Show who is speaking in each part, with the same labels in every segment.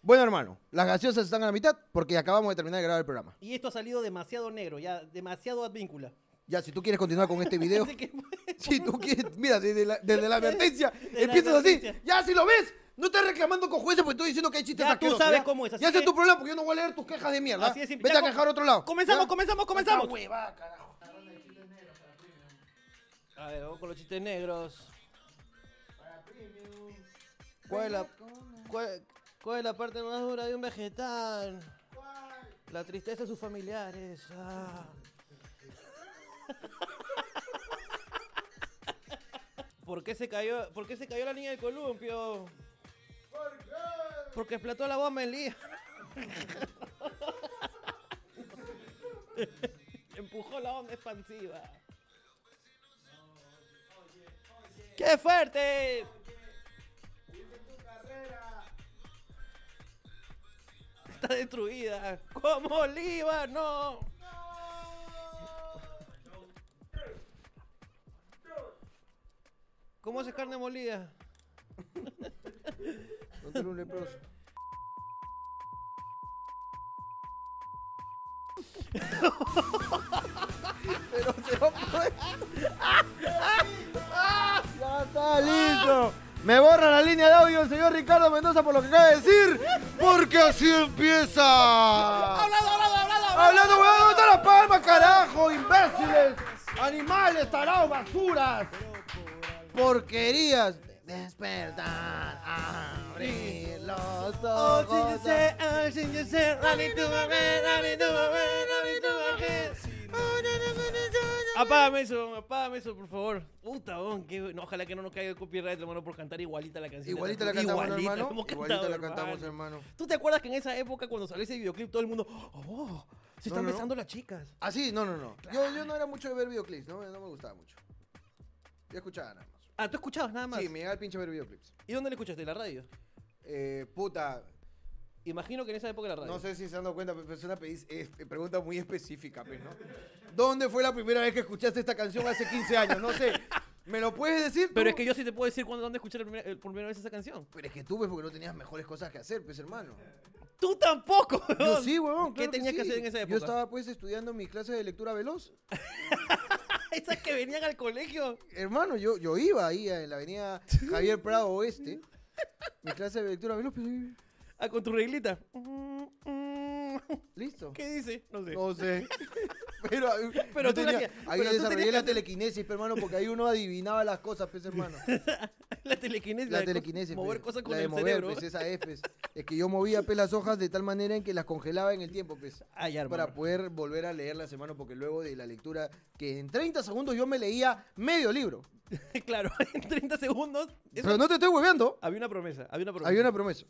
Speaker 1: Bueno, hermano,
Speaker 2: Las gaseosas están a la mitad porque acabamos de terminar de grabar el programa.
Speaker 3: Y esto ha salido demasiado negro, ya demasiado advíncula.
Speaker 2: Ya, si tú quieres continuar con este video,
Speaker 3: Así que,
Speaker 2: si tú quieres, mira, desde la, desde la advertencia,
Speaker 3: Desde la
Speaker 2: empiezas así.
Speaker 3: advertencia.
Speaker 2: Ya, si lo ves, no estás reclamando con jueces porque estoy diciendo que hay chistes
Speaker 3: Ya tú
Speaker 2: asquerosos.
Speaker 3: sabes
Speaker 2: ¿ya?
Speaker 3: cómo es, así
Speaker 2: Ya ese
Speaker 3: que-
Speaker 2: es tu problema porque yo no voy a leer tus quejas de mierda.
Speaker 3: Así de simple.
Speaker 2: Vete
Speaker 3: Ya
Speaker 2: a
Speaker 3: com-
Speaker 2: quejar a otro lado.
Speaker 3: comenzamos,
Speaker 2: ¿ya?
Speaker 3: comenzamos,
Speaker 2: Esta
Speaker 3: comenzamos.
Speaker 2: hueva, carajo.
Speaker 3: A ver, vamos con los chistes negros. ¿Cuál es la, cuál- cuál es la parte más dura de un vegetal? La tristeza de sus familiares. Ah. ¿Por qué se cayó, por qué se cayó la niña del columpio? Porque explotó la bomba en Lía. Empujó la onda expansiva. ¡Qué fuerte! Está destruida. ¡Como Líbano! ¿Cómo haces carne molida?
Speaker 2: Contra un leproso. Pero se va a poder.
Speaker 1: ya está listo. Me borra la línea de audio el señor Ricardo Mendoza por lo que acaba de decir, porque así empieza.
Speaker 3: ¡Hablado, hablado, hablado!
Speaker 1: Hablando, weón, ¿dónde está la palma, carajo? Imbéciles, animales, tarados, basuras.
Speaker 2: Porquerías. Despertar, abrir los
Speaker 3: All things
Speaker 2: ojos.
Speaker 3: you say, all things you say, running to my head, running to my head, running to my head.
Speaker 2: Ah,
Speaker 3: Apágame eso, apágame eso, por favor. Puta, bon, qué... no, ojalá que no nos caiga el copyright, hermano, por cantar igualita la canción.
Speaker 2: Igualita la cantamos,
Speaker 3: Igualita,
Speaker 2: hermano.
Speaker 3: hemos
Speaker 2: Igualita
Speaker 3: cantado,
Speaker 2: la cantamos,
Speaker 3: hermano.
Speaker 2: hermano.
Speaker 3: ¿Tú te acuerdas que en esa época cuando salió ese videoclip todo el mundo, oh, se
Speaker 2: No,
Speaker 3: están
Speaker 2: no, no.
Speaker 3: besando las chicas?
Speaker 2: Así, Ah, no, no, no. Yo, yo no era mucho de ver videoclips, no, no me gustaba mucho. Yo escuchaba nada más.
Speaker 3: Ah, tú escuchabas nada más.
Speaker 2: Sí, me llegaba el pinche ver videoclips.
Speaker 3: ¿Y dónde le escuchaste? ¿En la radio?
Speaker 2: Eh, puta,
Speaker 3: Imagino que en esa época la radio.
Speaker 2: no sé si se han dado cuenta, pero es una pedis- es- eh, pregunta muy específica, pues, ¿no? ¿Dónde fue la primera vez que escuchaste esta canción hace 15 años? No sé. ¿Me lo puedes decir tú?
Speaker 3: Pero es que yo sí te puedo decir cuándo, dónde escuché la primera, el- por primera vez esa canción.
Speaker 2: Pero es que tú ves porque no tenías mejores cosas que hacer, pues, hermano.
Speaker 3: Tú tampoco.
Speaker 2: Yo
Speaker 3: weón.
Speaker 2: sí, huevón.
Speaker 3: ¿Qué
Speaker 2: claro
Speaker 3: tenías que
Speaker 2: sí.
Speaker 3: hacer en esa época?
Speaker 2: Yo estaba, pues, estudiando mi clase de lectura veloz.
Speaker 3: Esas que venían al colegio.
Speaker 2: Hermano, yo, yo iba ahí en la avenida Javier Prado Oeste. Mi clase de lectura veloz, pues,
Speaker 3: Ah, con tu reglita. Mm, mm.
Speaker 2: listo.
Speaker 3: ¿Qué dice? No sé.
Speaker 2: No sé. Pero,
Speaker 3: Pero
Speaker 2: yo
Speaker 3: tú
Speaker 2: tenía-
Speaker 3: la hacías-
Speaker 2: ahí
Speaker 3: pero tú
Speaker 2: desarrollé
Speaker 3: tenías
Speaker 2: la
Speaker 3: que-
Speaker 2: telequinesis, pe, hermano, porque ahí uno adivinaba las cosas, pues, hermano.
Speaker 3: La telequinesis.
Speaker 2: La
Speaker 3: de co-
Speaker 2: telequinesis.
Speaker 3: Mover
Speaker 2: pe,
Speaker 3: cosas con
Speaker 2: la de
Speaker 3: el
Speaker 2: mover,
Speaker 3: cerebro.
Speaker 2: pues, esa es, pues. Es que yo movía, pues, las hojas de tal manera en que las congelaba en el tiempo, pues.
Speaker 3: Ay, ya,
Speaker 2: Para
Speaker 3: hermano.
Speaker 2: poder volver a leerlas, hermano, porque luego de la lectura, que en 30 segundos yo me leía medio libro.
Speaker 3: claro, en 30 segundos. eso-
Speaker 2: Pero no te estoy hueveando.
Speaker 3: Había una promesa. Había una promesa.
Speaker 2: Había una promesa.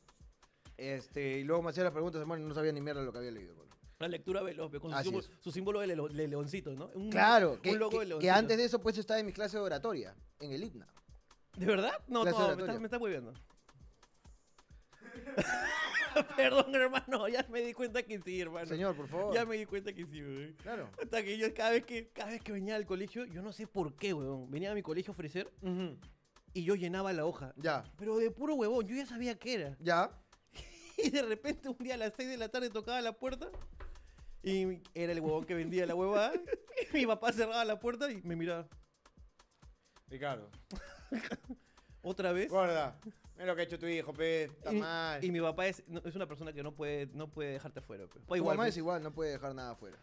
Speaker 2: Este, y luego me hacía las preguntas, hermano, y no sabía ni mierda lo que había leído, hermano.
Speaker 3: La lectura veloz, pe, con su,
Speaker 2: Así
Speaker 3: símbolo,
Speaker 2: es.
Speaker 3: su símbolo de, lelo- de leoncito, ¿no? Un-
Speaker 2: Claro,
Speaker 3: Mm. un
Speaker 2: que,
Speaker 3: logo
Speaker 2: que-
Speaker 3: de
Speaker 2: que
Speaker 3: leoncito.
Speaker 2: antes de eso, pues, estaba en mi clase de oratoria, en el himna.
Speaker 3: ¿De verdad? No,
Speaker 2: Clase
Speaker 3: no, me
Speaker 2: oratoria.
Speaker 3: estás, me estás hueviando. Perdón, hermano. Ya me di cuenta que sí, hermano.
Speaker 2: Señor, por favor.
Speaker 3: Ya me di cuenta que sí, güey.
Speaker 2: Claro.
Speaker 3: Hasta que yo cada vez que, cada vez que venía al colegio, yo no sé por qué, weón. Venía a mi colegio a ofrecer y yo llenaba la hoja.
Speaker 2: Ya,
Speaker 3: Pero de puro huevón, yo ya sabía qué era.
Speaker 2: ya.
Speaker 3: Y de repente un día a las 6 de la tarde tocaba la puerta y era el huevón que vendía la huevada. y mi papá cerraba la puerta y me miraba.
Speaker 1: Ricardo,
Speaker 3: Otra vez.
Speaker 1: guarda. Mira lo que ha hecho tu hijo, pe. Está
Speaker 3: Y-
Speaker 1: mal.
Speaker 3: Y, mi papá es, no- es una persona que no puede, no puede dejarte afuera. pe. O
Speaker 2: Tu
Speaker 3: Pues igual,
Speaker 2: mamá
Speaker 3: pe.
Speaker 2: es igual, no puede dejar nada afuera.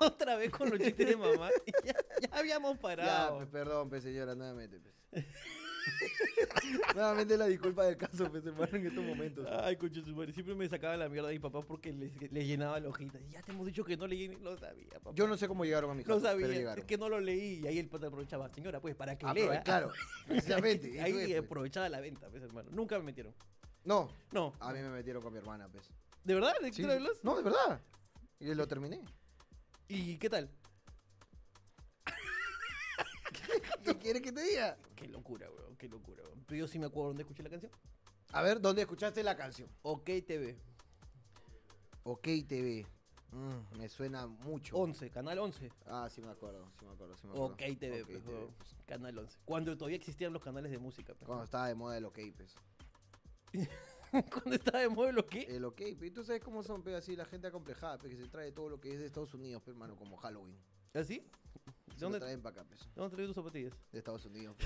Speaker 3: Otra vez con los chistes de mamá. Y ya, ya habíamos
Speaker 2: Ya, pues,
Speaker 3: parado.
Speaker 2: pe- perdón, pe, señora, nuevamente. pe. nuevamente la disculpa del caso, pe, hermano, en estos momentos.
Speaker 3: Ay, concha de su madre, siempre me sacaba la mierda de mi papá porque le, le llenaba la hojita. Y ya te hemos dicho que no leí, no sabía, papá.
Speaker 2: Yo no sé cómo llegaron a mi casa,
Speaker 3: No
Speaker 2: pero
Speaker 3: sabía,
Speaker 2: llegaron.
Speaker 3: es que no lo leí. Y ahí el pata aprovechaba, señora, pues, para que
Speaker 2: Ah, pero,
Speaker 3: lea.
Speaker 2: claro, precisamente.
Speaker 3: Ahí-
Speaker 2: eso
Speaker 3: ahí
Speaker 2: es, pues.
Speaker 3: aprovechaba la venta, pues, hermano. Nunca me metieron.
Speaker 2: No,
Speaker 3: No,
Speaker 2: a mí me metieron con mi hermana, pues.
Speaker 3: ¿de verdad? ¿De
Speaker 2: Sí,
Speaker 3: lectura
Speaker 2: sí.
Speaker 3: veloz?
Speaker 2: No, de verdad. Y lo terminé.
Speaker 3: ¿Y qué tal?
Speaker 2: ¿Qué quieres que te diga?
Speaker 3: Qué locura, weón, qué locura, weón. Pero yo sí me acuerdo dónde escuché la canción.
Speaker 2: A ver, ¿dónde escuchaste la canción?
Speaker 3: Ok TV,
Speaker 2: Ok, TV. Mm, me suena mucho.
Speaker 3: 11, Canal 11.
Speaker 2: Ah, sí me acuerdo, sí me acuerdo, sí me acuerdo.
Speaker 3: Ok TV, pues, weón.
Speaker 2: pues. Ah.
Speaker 3: Canal 11. Cuando todavía existían los canales de música. pues.
Speaker 2: Cuando estaba de moda el OK, pues.
Speaker 3: cuando estaba de moda el ok.
Speaker 2: El ok, pero tú sabes cómo son, pero así la gente acomplejada, pe, que se trae todo lo que es de Estados Unidos, pero hermano, como Halloween.
Speaker 3: ¿Así?
Speaker 2: Se
Speaker 3: ¿Dónde-
Speaker 2: lo traen para acá, pe,
Speaker 3: ¿Dónde traes tus zapatillas?
Speaker 2: de Estados Unidos. pe.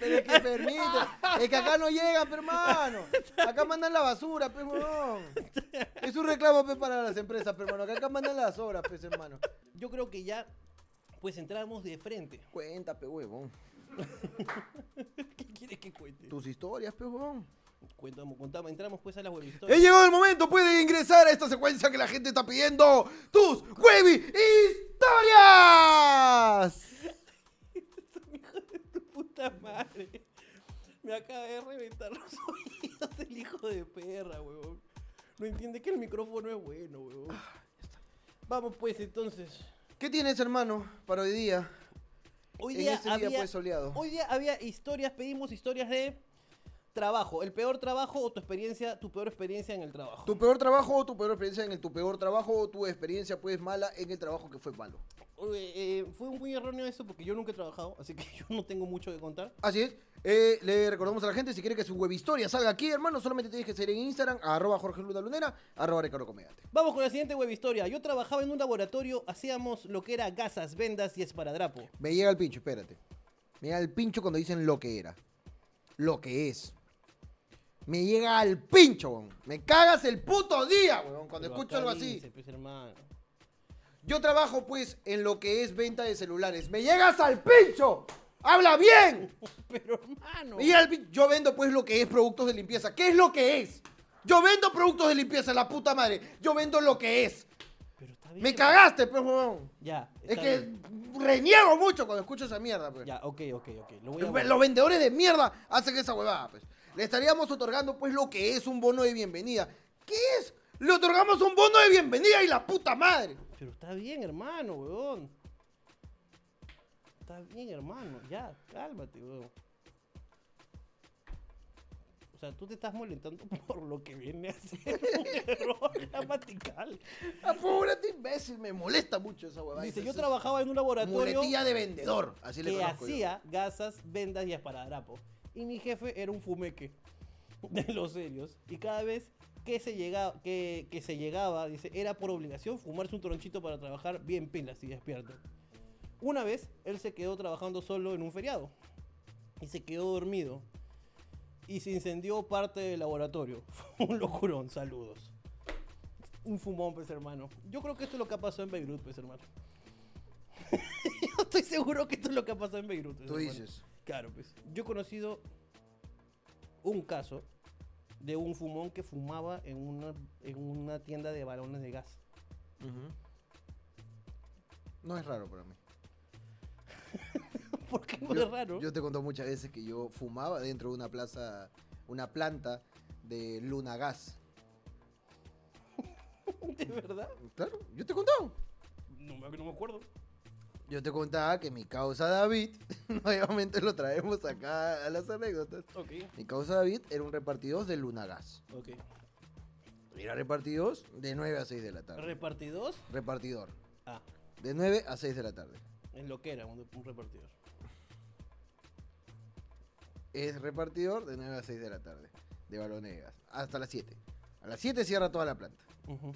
Speaker 2: pero que permite, es que acá no llegan, pe, hermano. Acá mandan la basura, pe, huevón. Es un reclamo, pe, para las empresas, pe, hermano, que acá mandan las horas, pe, hermano.
Speaker 3: Yo creo que ya, pues entramos de frente.
Speaker 2: Cuenta, pe, huevón.
Speaker 3: ¿Qué quieres que cuente?
Speaker 2: Tus historias, pe, huevón.
Speaker 3: Cuentamos, contamos, entramos pues a las
Speaker 2: He
Speaker 3: webhistorias.
Speaker 2: llegado el momento, pueden ingresar a esta secuencia que la gente está pidiendo. Tus Webby Historias.
Speaker 3: Hijo de tu puta madre. Me acaba de reventar los oídos el hijo de perra, huevón. No entiende que el micrófono es bueno, huevón.
Speaker 2: Ah,
Speaker 3: Vamos pues entonces.
Speaker 2: ¿Qué tienes, hermano, para hoy día?
Speaker 3: Hoy
Speaker 2: En
Speaker 3: día,
Speaker 2: este día,
Speaker 3: había,
Speaker 2: pues, soleado.
Speaker 3: hoy día había historias, pedimos historias de trabajo. El peor trabajo o tu experiencia, tu peor experiencia en el trabajo.
Speaker 2: ¿Tu peor trabajo o tu peor experiencia en el tu peor trabajo o tu experiencia pues mala en el trabajo que fue malo?
Speaker 3: Eh, eh, fue muy erróneo eso porque yo nunca he trabajado, así que yo no tengo mucho que contar.
Speaker 2: Así es. eh, le recordamos a la gente, si quiere que su web historia salga aquí, hermano, solamente tienes que seguir en Instagram, arroba Jorge Luna Lunera, arroba Ricardo Comediante.
Speaker 3: Vamos con la siguiente web historia. Yo trabajaba en un laboratorio, hacíamos lo que era gasas, vendas y esparadrapo.
Speaker 2: Me llega el pincho, espérate. Me llega el pincho cuando dicen lo que era. Lo que es. Me llega al pincho, weón. Me cagas el puto día, weón, cuando
Speaker 3: Pero
Speaker 2: escucho
Speaker 3: acá
Speaker 2: algo así.
Speaker 3: dice, pues, hermano.
Speaker 2: Yo trabajo, pues, en lo que es venta de celulares. ¡Me llegas al pincho! ¡Habla bien!
Speaker 3: Pero hermano.
Speaker 2: Me llega al pincho. Yo vendo, pues, lo que es productos de limpieza. ¿Qué es lo que es? Yo vendo productos de limpieza, la puta madre. Yo vendo lo que es.
Speaker 3: Pero está bien.
Speaker 2: Me cagaste, pues, weón.
Speaker 3: Ya.
Speaker 2: Es
Speaker 3: está
Speaker 2: que
Speaker 3: bien.
Speaker 2: reniego mucho cuando escucho esa mierda, pues.
Speaker 3: Ya, ok, ok, ok. Lo
Speaker 2: Los
Speaker 3: voy a.
Speaker 2: ve-
Speaker 3: borrar.
Speaker 2: los vendedores de mierda hacen esa huevada, pues. Le estaríamos otorgando, pues, lo que es un bono de bienvenida. ¿Qué es? Le otorgamos un bono de bienvenida y la puta madre.
Speaker 3: Pero está bien, hermano, weón. Está bien, hermano. Ya, cálmate, weón. O sea, tú te estás molestando por lo que viene a ser un error gramatical.
Speaker 2: Apúrate, Ah, imbécil. Me molesta mucho esa huevada.
Speaker 3: Dice, yo
Speaker 2: Entonces,
Speaker 3: trabajaba en un laboratorio
Speaker 2: Muletilla de vendedor. Así le
Speaker 3: que
Speaker 2: conozco yo.
Speaker 3: hacía gasas, vendas y esparadrapo. Y mi jefe era un fumeque de los serios. Y cada vez que se llegaba, que, que se llegaba dice, era por obligación fumarse un tronchito para trabajar bien pilas y despierto. Una vez, él se quedó trabajando solo en un feriado. Y se quedó dormido. Y se incendió parte del laboratorio. Fue un locurón, saludos. Un fumón, pues hermano. Yo creo que esto es lo que ha pasado en Beirut, pues hermano. Yo estoy seguro que esto es lo que ha pasado en Beirut. pues,
Speaker 2: Tú
Speaker 3: hermano.
Speaker 2: dices.
Speaker 3: Claro, pues. Yo he conocido un caso de un fumón que fumaba en una, en una tienda de balones de gas.
Speaker 2: No es raro para mí.
Speaker 3: ¿Por qué fue
Speaker 2: Yo-
Speaker 3: raro?
Speaker 2: Yo te conté muchas veces que yo fumaba dentro de una plaza, una planta de Luna Gas.
Speaker 3: ¿De verdad?
Speaker 2: Claro, yo te he contado.
Speaker 3: No, me- no me acuerdo.
Speaker 2: Yo te contaba que mi causa David, nuevamente lo traemos acá a las anécdotas.
Speaker 3: Ok,
Speaker 2: Mi causa David era un repartidor de Lunagas.
Speaker 3: ok.
Speaker 2: Era repartidor de 9 a 6 de la tarde.
Speaker 3: ¿Repartidos?
Speaker 2: repartidor.
Speaker 3: Ah,
Speaker 2: De 9 a 6 de la tarde.
Speaker 3: es lo que era un, un repartidor.
Speaker 2: Es repartidor de 9 a 6 de la tarde. De balones de gas. Hasta las 7. A las 7 cierra toda la planta.
Speaker 3: Ujú.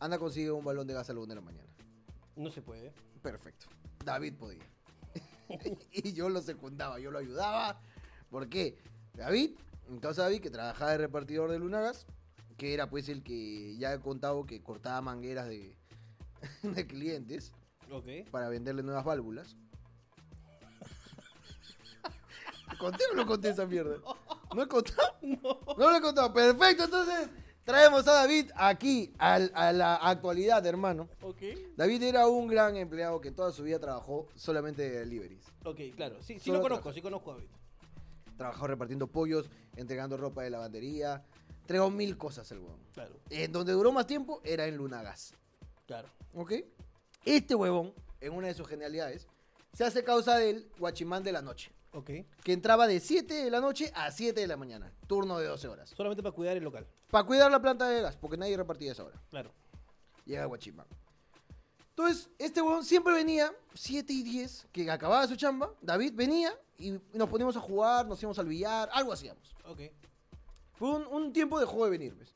Speaker 2: Anda consigue un balón de gas a la 1 de la mañana.
Speaker 3: No se puede.
Speaker 2: Perfecto. David podía. y yo lo secundaba, yo lo ayudaba. ¿Por qué? David, en causa David, que trabajaba de repartidor de Lunagas, que era pues el que ya he contado que cortaba mangueras de, de clientes
Speaker 3: Ok.
Speaker 2: para venderle nuevas válvulas. ¿Conté o no conté esa mierda? ¿No he contado?
Speaker 3: No.
Speaker 2: No lo he contado. Perfecto, entonces traemos a David aquí, al- a la actualidad, hermano.
Speaker 3: Ok.
Speaker 2: David era un gran empleado que toda su vida trabajó solamente de deliveries.
Speaker 3: Ok, claro. Sí, sí
Speaker 2: Solo
Speaker 3: lo conozco,
Speaker 2: trabaja.
Speaker 3: sí conozco a David.
Speaker 2: Trabajó repartiendo pollos, entregando ropa de lavandería. Entregó mil cosas el huevón.
Speaker 3: Claro,
Speaker 2: En donde duró más tiempo era en Lunagas.
Speaker 3: claro.
Speaker 2: ¿Ok? Este huevón, en una de sus genialidades, se hace causa del guachimán de la noche.
Speaker 3: Ok.
Speaker 2: Que entraba de 7 de la noche a 7 de la mañana. Turno de 12 horas.
Speaker 3: Solamente para cuidar el local.
Speaker 2: Para cuidar la planta de gas, porque nadie repartía esa hora.
Speaker 3: Claro.
Speaker 2: Llega el guachimán. Entonces, este huevón siempre venía, 7 y 10, que acababa su chamba, David venía y nos poníamos a jugar, nos íbamos al billar, algo hacíamos.
Speaker 3: Ok.
Speaker 2: Fue un, un tiempo dejó de venir, ¿ves?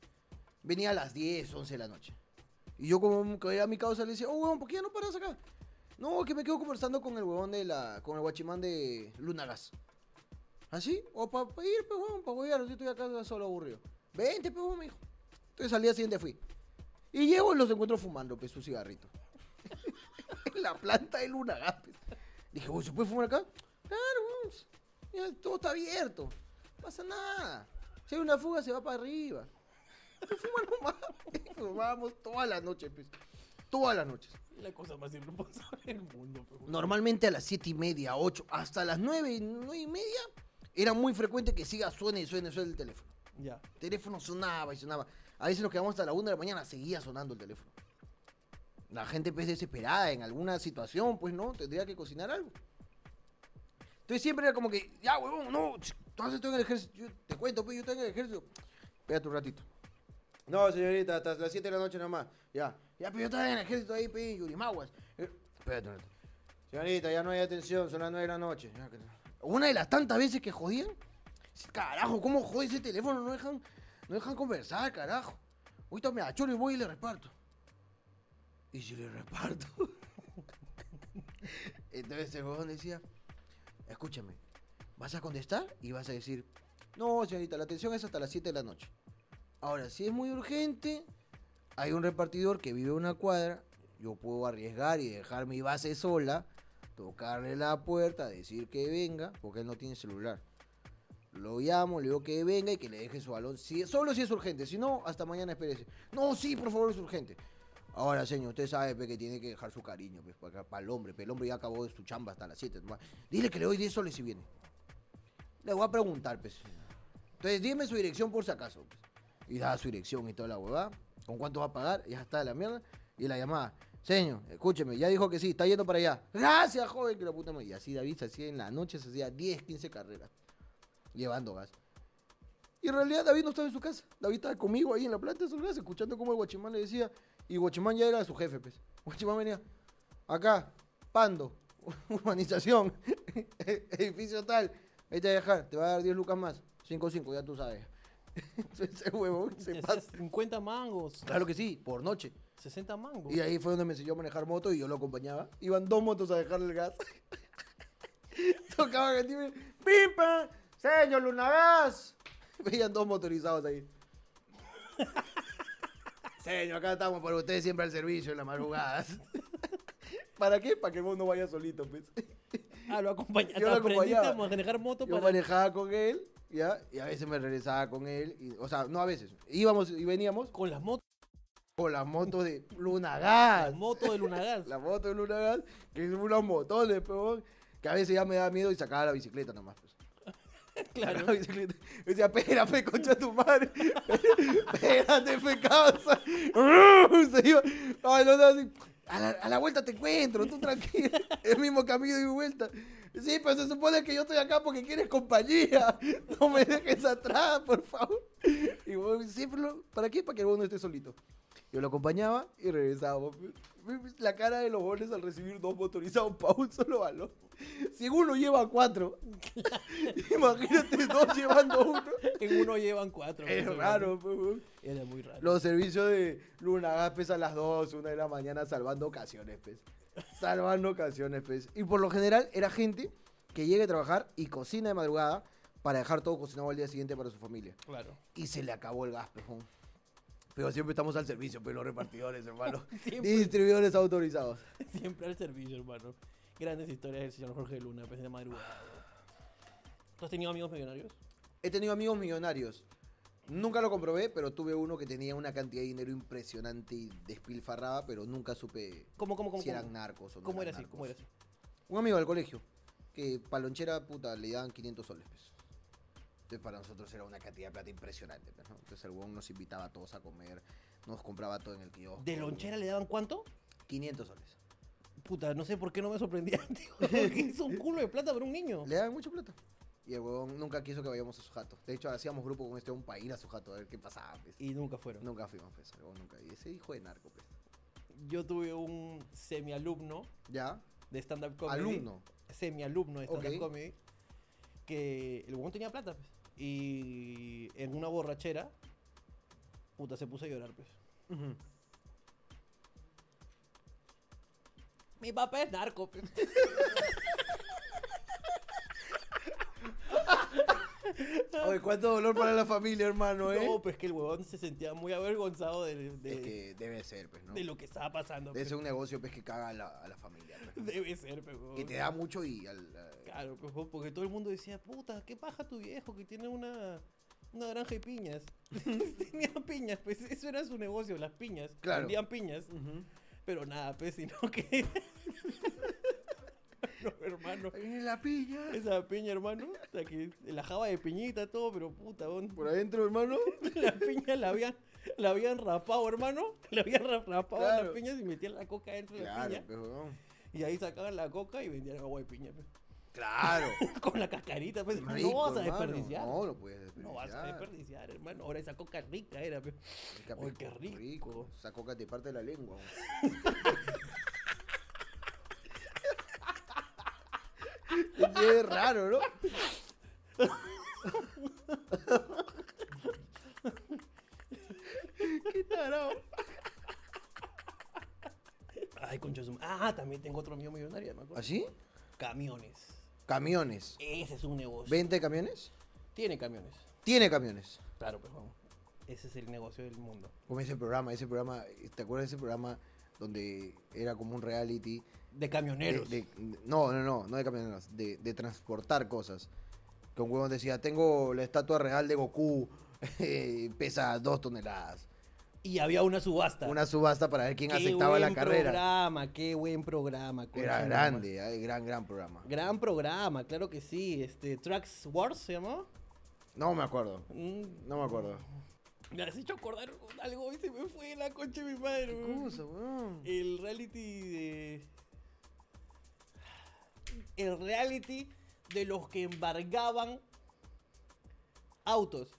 Speaker 2: Venía a las 10, 11 de la noche. Y yo como que era mi causa le decía, oh, huevón, ¿por qué ya no paras acá? No, que me quedo conversando con el huevón de la... con el guachimán de "¿Ah, Lunagas. ¿Así? o para ir, pues, huevón, para huevear, yo estoy acá solo aburrido. Vente, pues, huevón, me dijo. Entonces al día siguiente fui. Y llego y los encuentro fumando, pues, su cigarrito. en la planta de Lunagas, pues. Dije, uy, ¿se puede fumar acá? Claro, huevón. Ya, todo está abierto. No pasa nada. Si hay una fuga, se va para arriba. Pues, Fuma nomás. Fumábamos todas las noches, pues. Todas las noches.
Speaker 3: La cosa más irresponsable del mundo. pues, weón.
Speaker 2: Normalmente a las 7 y media, 8, hasta las 9, 9 y media, era muy frecuente que siga suene y suene, suene el teléfono.
Speaker 3: Ya.
Speaker 2: El teléfono sonaba y sonaba. A veces nos quedamos hasta la 1 de la mañana, seguía sonando el teléfono. La gente pues desesperada en alguna situación, pues no, tendría que cocinar algo. Entonces siempre era como que, ya huevón, no, ch- tú haces esto en el ejército, yo te cuento, pues yo estoy en el ejército. Espérate un ratito. No, señorita, hasta las 7 de la noche nomás. Ya, ya, pero yo estaba en el ejército ahí, pues, en Yurimaguas. Eh, Espérate un ratito. Señorita, ya no hay atención, son las 9 de la noche. Ya que- Una de las tantas veces que jodían. Carajo, ¿cómo jode ese teléfono? No dejan, no dejan conversar, carajo. Ahorita me achoro y voy y le reparto. ¿Y si le reparto? Entonces el huevón decía, escúchame, vas a contestar y vas a decir, no, señorita, la atención es hasta las 7 de la noche. Ahora, si es muy urgente, hay un repartidor que vive en una cuadra, yo puedo arriesgar y dejar mi base sola, tocarle la puerta, decir que venga, porque él no tiene celular. Lo llamo, le digo que venga y que le deje su balón. Si, solo si es urgente, si no, hasta mañana espérese. No, sí, por favor, es urgente. Ahora, señor, usted sabe pe, que tiene que dejar su cariño pues, para, el hombre. pe, el hombre ya acabó de su chamba hasta las 7. Dile que le doy 10 soles si viene. Le voy a preguntar, pues. Entonces, dime su dirección por si acaso. pues. Y da su dirección y toda la huevada. ¿Con cuánto va a pagar? Ya está de la mierda. Y la llamada. Señor, escúcheme, ya dijo que sí, está yendo para allá. Gracias, joven, que la puta madre. Y así David se hacía en la noche, se hacía 10, 15 carreras llevando gas. Y en realidad David no estaba en su casa. David estaba conmigo ahí en la planta de su casa, escuchando cómo el guachimán le decía. Y guachimán ya era su jefe, pues. Guachimán venía, acá, pando, urbanización, edificio tal. Ahí te voy a dejar, te va a dar 10 lucas más. 5-5, ya tú sabes. Ese huevón se
Speaker 3: Es-
Speaker 2: pasa.
Speaker 3: 50 mangos.
Speaker 2: Claro que sí, por noche.
Speaker 3: 60 mangos.
Speaker 2: Y ahí fue donde me enseñó a manejar moto y yo lo acompañaba. Iban dos motos a dejarle el gas. Tocaban el timbre. ¡Pimpa! ¡Señor Lunagas! Veían dos motorizados ahí. Señor, acá estamos por usted siempre al servicio en las madrugadas. ¿Para qué? Para que el no vaya solito, pues.
Speaker 3: Ah, lo acompañaste.
Speaker 2: Yo lo
Speaker 3: Aprendiste a
Speaker 2: acompañaba.
Speaker 3: manejar moto
Speaker 2: Yo
Speaker 3: para...
Speaker 2: manejaba con él, ¿ya? Y a veces me regresaba con él. y- o sea, no a veces. Íbamos y veníamos
Speaker 3: Con las motos.
Speaker 2: con las motos de Lunagas.
Speaker 3: Las motos de Lunagas.
Speaker 2: La moto de Luna Gas, que es unos motones, peón. Que a veces ya me da miedo y sacaba la bicicleta nomás. pues.
Speaker 3: claro.
Speaker 2: La bicicleta. Yo decía, espera, fe, concha tu madre. Espérate, fe, causa. Se iba. Ay, no, no, así, A la, a la vuelta te encuentro, tú tranquilo. El mismo camino y vuelta. Sí, pero se supone que yo estoy acá porque quieres compañía. No me dejes atrás, por favor. Y bueno, siempre lo- ¿Para qué? Para que el bono esté solito. Yo lo acompañaba y regresábamos. La cara de los bones al recibir dos motorizados para un solo balón. Si uno lleva cuatro, imagínate dos llevando uno.
Speaker 3: En uno llevan cuatro.
Speaker 2: Es
Speaker 3: pues,
Speaker 2: raro, pues, weón.
Speaker 3: Era muy raro.
Speaker 2: Los servicios de Luna Gas, pues, a las 2, 1 de la mañana, salvando ocasiones, pues. Salvando ocasiones, pues. Y por lo general era gente que llega a trabajar y cocina de madrugada para dejar todo cocinado al día siguiente para su familia.
Speaker 3: Claro.
Speaker 2: Y se le acabó el gas, pejón. Pero siempre estamos al servicio, pues, los repartidores, hermano.
Speaker 3: Siempre.
Speaker 2: Distribuidores autorizados.
Speaker 3: Siempre al servicio, hermano. Grandes historias del señor Jorge Luna, pues de madrugada. weón. ¿Tú has tenido amigos millonarios?
Speaker 2: He tenido amigos millonarios. Nunca lo comprobé, pero tuve uno que tenía una cantidad de dinero impresionante y despilfarrada, pero nunca supe
Speaker 3: ¿Cómo, cómo, cómo?
Speaker 2: si eran
Speaker 3: cómo?
Speaker 2: narcos o no.
Speaker 3: ¿Cómo
Speaker 2: eran
Speaker 3: era así?
Speaker 2: narcos.
Speaker 3: ¿Cómo era así?
Speaker 2: Un amigo del colegio, que palonchera puta le daban 500 soles. pues. Entonces para nosotros era una cantidad de plata impresionante. pues, ¿no? Entonces el huevón nos invitaba a todos a comer, nos compraba todo en el kiosco.
Speaker 3: ¿De lonchera le daban cuánto?
Speaker 2: 500 soles.
Speaker 3: Puta, no sé por qué no me sorprendía, tío. Porque es un culo de plata para un niño.
Speaker 2: Le daban mucha plata. Y el huevón nunca quiso que vayamos a su jato. De hecho, hacíamos grupo con este un para ir a su jato a ver qué pasaba. pues.
Speaker 3: Y nunca fueron.
Speaker 2: Nunca fuimos, pues. el huevón nunca. Y ese hijo de narco, pues.
Speaker 3: yo tuve un semialumno
Speaker 2: Ya.
Speaker 3: de stand-up comedy.
Speaker 2: Alumno.
Speaker 3: Semialumno de stand-up
Speaker 2: Ok.
Speaker 3: comedy. Que el huevón tenía plata, pues. Y en una borrachera, puta, se puso a llorar, pues. Mi papá es narco, pues. Ah,
Speaker 2: Oye, cuánto dolor para la familia, hermano, ¿eh?
Speaker 3: No, pues que el huevón se sentía muy avergonzado de, de-
Speaker 2: Es que debe ser, pues, ¿no?
Speaker 3: de lo que estaba pasando.
Speaker 2: Debe
Speaker 3: pues.
Speaker 2: ser un negocio, pues, que caga a la, a la familia. pues, ¿no?
Speaker 3: Debe ser, pues, huevón.
Speaker 2: Que te da mucho y... al- a-
Speaker 3: Claro, pues, huevón, porque todo el mundo decía, puta, qué paja tu viejo que tiene una, una granja de piñas. Tenía piñas, pues eso era su negocio, las piñas.
Speaker 2: Claro.
Speaker 3: Vendían piñas. Pero nada, pues, sino que... no, hermano.
Speaker 2: Ahí viene la piña.
Speaker 3: Esa piña, hermano, la, que, la jaba de piñita, todo, pero puta, huevón,
Speaker 2: Por adentro, hermano.
Speaker 3: La piña la habían, la habían rapado, hermano. La habían ra- rapado
Speaker 2: Claro.
Speaker 3: las piñas y metían la coca dentro de la
Speaker 2: Claro,
Speaker 3: piña.
Speaker 2: pues, huevón.
Speaker 3: Y ahí sacaban la coca y vendían agua de piña. pe.
Speaker 2: Claro.
Speaker 3: Con la cascarita, pues. no
Speaker 2: Rico,
Speaker 3: vas a
Speaker 2: hermano.
Speaker 3: desperdiciar. No,
Speaker 2: No, lo puedes desperdiciar.
Speaker 3: vas a desperdiciar, hermano. Ahora esa coca rica era, pe.
Speaker 2: Rica,
Speaker 3: Ay,
Speaker 2: pe,
Speaker 3: qué rico.
Speaker 2: Esa coca te parte la lengua. huevón. Es raro, ¿no?
Speaker 1: Qué tarado.
Speaker 3: Ay, concha de su ma- Ah, también tengo otro mío millonario, me acuerdo.
Speaker 2: ¿Así?
Speaker 3: Camiones.
Speaker 2: ¿Ah, Camiones.
Speaker 3: Ese es un negocio.
Speaker 2: ¿Venta de camiones?
Speaker 3: Tiene camiones.
Speaker 2: Tiene camiones.
Speaker 3: Claro, pues vamos. Ese es el negocio del mundo.
Speaker 2: Como ese programa, ese programa, ¿te acuerdas de ese programa donde era como un reality?
Speaker 3: De
Speaker 2: de-
Speaker 3: camioneros.
Speaker 2: de- no, no, no, no de camioneros, de, de transportar cosas. Con huevón decía, tengo la estatua real de Goku, eh, pesa dos toneladas.
Speaker 3: Y había una subasta.
Speaker 2: Una subasta para ver quién
Speaker 3: Qué
Speaker 2: aceptaba la
Speaker 3: buen
Speaker 2: carrera.
Speaker 3: Programa, qué buen programa. concha
Speaker 2: Era
Speaker 3: de la madre.
Speaker 2: grande, eh, gran, gran programa.
Speaker 3: Gran programa, claro que sí. Este, Tracks Wars se llamó.
Speaker 2: No me acuerdo,
Speaker 3: Mm,
Speaker 2: no me acuerdo.
Speaker 3: me has hecho acordar algo y se me fue la concha de mi madre. weón.
Speaker 2: Eh,
Speaker 3: El reality de. El reality de los que embargaban autos.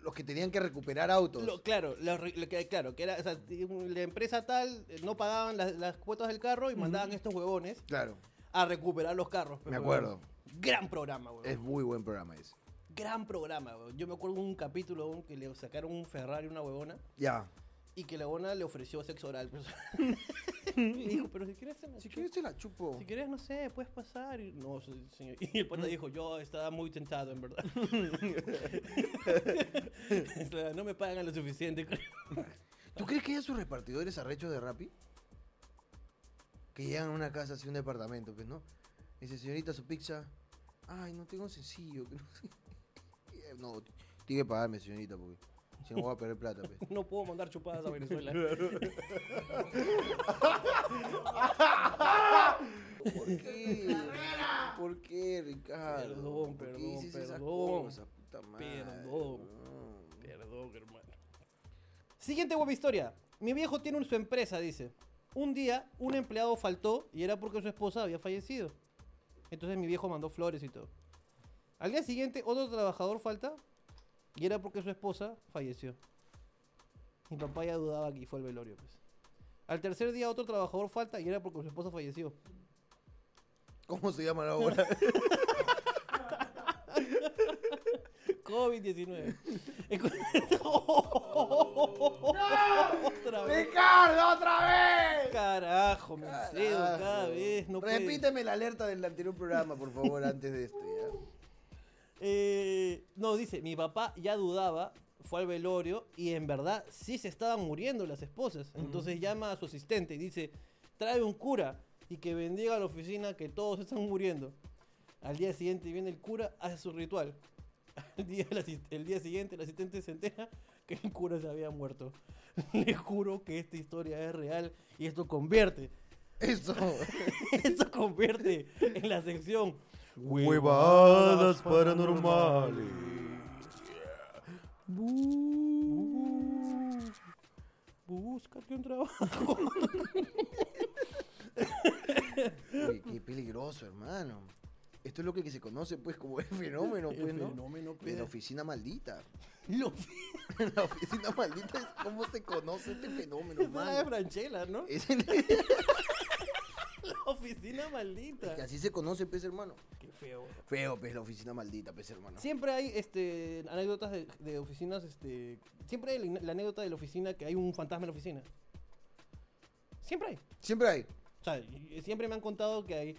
Speaker 2: Los que tenían que recuperar autos.
Speaker 3: Lo- claro, lo, lo que, claro, que era, o sea, la empresa tal eh, no pagaban las, las cuotas del carro y mandaban estos huevones
Speaker 2: Claro,
Speaker 3: a recuperar los carros.
Speaker 2: me
Speaker 3: huevón.
Speaker 2: acuerdo.
Speaker 3: Gran programa, huevón.
Speaker 2: Es muy buen programa ese.
Speaker 3: Gran programa, weón. Yo me acuerdo un capítulo weón, que le sacaron un Ferrari a una huevona
Speaker 2: Ya.
Speaker 3: y que la huevona le ofreció sexo oral. pues. Y dijo, pero si quieres, se me
Speaker 2: Si
Speaker 3: chupa.
Speaker 2: quieres te la chupo.
Speaker 3: Si quieres, no sé, puedes pasar. Y, no, se- señor. Y el pata dijo, yo estaba muy tentado, en verdad. O sea, no me pagan lo suficiente. creo.
Speaker 2: ¿Tú crees que hay sus repartidores arrechos de Rappi? Que llegan a una casa así, un departamento, pues, ¿no? Y dice, señorita, su pizza. Ay, no tengo sencillo. que no sé". Y, eh, No, t- tiene que pagarme, señorita, porque si no voy a perder plata, pues.
Speaker 3: No puedo mandar chupadas a Venezuela.
Speaker 2: ¿Por qué? ¿Por qué, Ricardo?
Speaker 3: Perdón,
Speaker 2: ¿Por qué
Speaker 3: perdón,
Speaker 2: dices esas
Speaker 3: perdón.
Speaker 2: cosas, puta madre,
Speaker 3: Perdón.
Speaker 2: weón?
Speaker 3: Perdón, hermano. Siguiente web historia. Mi viejo tiene un- su empresa, dice. Un día, un empleado faltó y era porque su esposa había fallecido. Entonces mi viejo mandó flores y todo. Al día siguiente, otro trabajador falta y era porque su esposa falleció. Mi papá ya dudaba que fue el velorio, pues. Al tercer día, otro trabajador falta y era porque su esposa falleció.
Speaker 2: ¿Cómo se llama la obra?
Speaker 3: COVID-19. Otra vez.
Speaker 2: ¡Ricardo, otra vez!
Speaker 3: Carajo, me encedo
Speaker 2: Carajo.
Speaker 3: cada vez. No puede.
Speaker 2: Repíteme la alerta del anterior programa, por favor, antes de este, ¿ya?
Speaker 3: Eh, no, dice, mi papá ya dudaba, fue al velorio y en verdad sí se estaban muriendo las esposas. Entonces llama a su asistente y dice, trae un cura y que bendiga a la oficina que todos están muriendo. Al día siguiente viene el cura, hace su ritual. Al día- el, asis- el día siguiente el asistente se entera que el cura se había muerto. Le juro que esta historia es real y esto convierte
Speaker 2: Eso.
Speaker 3: Eso convierte en la sección
Speaker 1: Huevadas paranormales.
Speaker 3: Bu- Búscate un trabajo.
Speaker 2: Uy, qué peligroso, hermano. Esto es lo que se conoce, pues, como el fenómeno,
Speaker 3: El
Speaker 2: pues, ¿no?
Speaker 3: fenómeno, pues.
Speaker 2: De la oficina maldita.
Speaker 3: Lo
Speaker 2: la oficina maldita es cómo se conoce este fenómeno,
Speaker 3: es la de
Speaker 2: mano.
Speaker 3: Franchella, ¿no?
Speaker 2: Es el-
Speaker 3: La oficina maldita.
Speaker 2: que así se conoce, pues, hermano.
Speaker 3: Qué feo.
Speaker 2: Feo, pues, la oficina maldita, pues, hermano.
Speaker 3: Siempre hay este, anécdotas de, de oficinas, este, siempre hay la, la anécdota de la oficina que hay un fantasma en la oficina. Siempre hay.
Speaker 2: Siempre hay.
Speaker 3: O sea, y- y siempre me han contado que hay,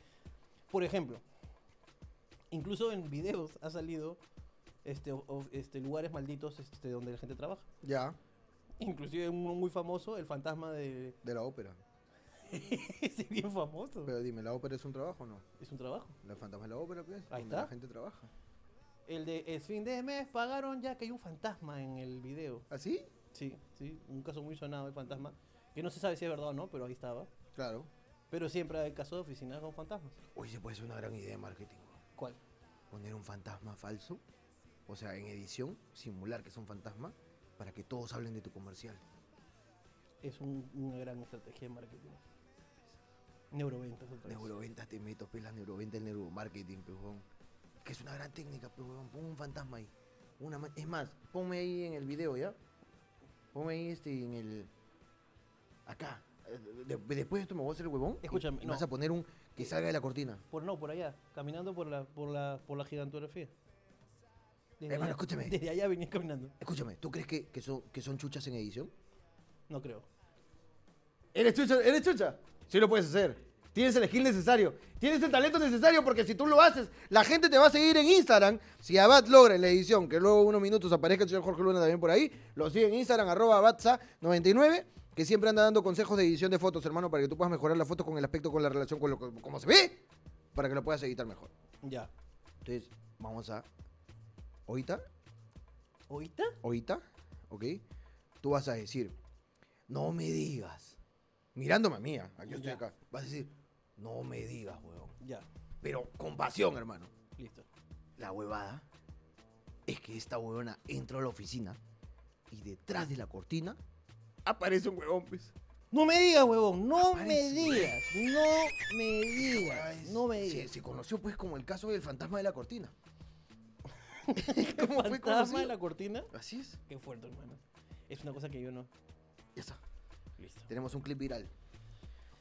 Speaker 3: por ejemplo, incluso en videos ha salido este, o- o- este, lugares malditos este, donde la gente trabaja.
Speaker 2: Ya,
Speaker 3: Inclusive uno muy famoso, el fantasma de...
Speaker 2: de la ópera.
Speaker 3: Ese bien famoso.
Speaker 2: Pero dime, ¿la ópera es un trabajo o no?
Speaker 3: Es un trabajo.
Speaker 2: La fantasma de la ópera, pues.
Speaker 3: Ahí
Speaker 2: donde
Speaker 3: está.
Speaker 2: la gente trabaja.
Speaker 3: El de es fin de mes pagaron ya que hay un fantasma en el video.
Speaker 2: ¿Así?
Speaker 3: Sí, sí, un caso muy sonado de fantasma. Que no se sabe si es verdad o no, pero ahí estaba.
Speaker 2: Claro.
Speaker 3: Pero siempre hay casos de oficinas con fantasmas.
Speaker 2: Hoy se puede ser una gran idea de marketing.
Speaker 3: ¿Cuál?
Speaker 2: Poner un fantasma falso, o sea, en edición, simular que es un fantasma, para que todos hablen de tu comercial.
Speaker 3: Es un- una gran estrategia de marketing. Neuroventas otra vez.
Speaker 2: Neuroventas te meto, pues la neuroventa, el neuromarketing, pues, huevón. Que es una gran técnica, pues, huevón. Pon un fantasma ahí. Una ma- es más, ponme ahí en el video, ¿ya? Ponme ahí, este, en el... Acá. Eh, de- después de esto me voy a hacer el huevón. y-
Speaker 3: Escúchame,
Speaker 2: y,
Speaker 3: no. Eh,
Speaker 2: vas a poner un... Que salga de la cortina.
Speaker 3: Por no, por allá, caminando por la, por la, por la gigantografía. Desde
Speaker 2: Hermano,
Speaker 3: allá-
Speaker 2: escúchame.
Speaker 3: Desde allá venía caminando.
Speaker 2: Escúchame, ¿tú crees que, que son, que son chuchas en edición?
Speaker 3: No creo.
Speaker 1: ¿Eres chucha? ¿Eres chucha? Sí lo puedes hacer. Tienes el skill necesario. Tienes el talento necesario porque si tú lo haces, la gente te va a seguir en Instagram.
Speaker 2: Si Abad logra en la edición que luego unos minutos aparezca el señor Jorge Luna también por ahí, lo sigue en Instagram, arroba abatza99, que siempre anda dando consejos de edición de fotos, hermano, para que tú puedas mejorar las fotos con el aspecto, con la relación, con lo que- cómo se ve, para que lo puedas editar mejor.
Speaker 3: Ya.
Speaker 2: Entonces, vamos a... Ahorita,
Speaker 3: ¿Oíste?
Speaker 2: ahorita, ¿ok? Tú vas a decir, no me digas, mirándome a mí, ah, yo estoy
Speaker 3: Ya.
Speaker 2: acá, vas a decir, no me digas, weón.
Speaker 3: Ya.
Speaker 2: Pero con pasión, hermano.
Speaker 3: Listo.
Speaker 2: La huevada es que esta huevona entró a la oficina y detrás de la cortina aparece un huevón, pues.
Speaker 3: No me digas, huevón. No me
Speaker 2: Aparece.
Speaker 3: digas. No me digas. No me
Speaker 2: se,
Speaker 3: digas.
Speaker 2: se conoció pues como el caso del fantasma de la cortina. ¿Cómo fue
Speaker 3: Fantasma
Speaker 2: conocido?
Speaker 3: de la cortina.
Speaker 2: Así es.
Speaker 3: Qué fuerte, hermano. Es una cosa que yo no.
Speaker 2: Ya está.
Speaker 3: Listo.
Speaker 2: Tenemos un clip viral.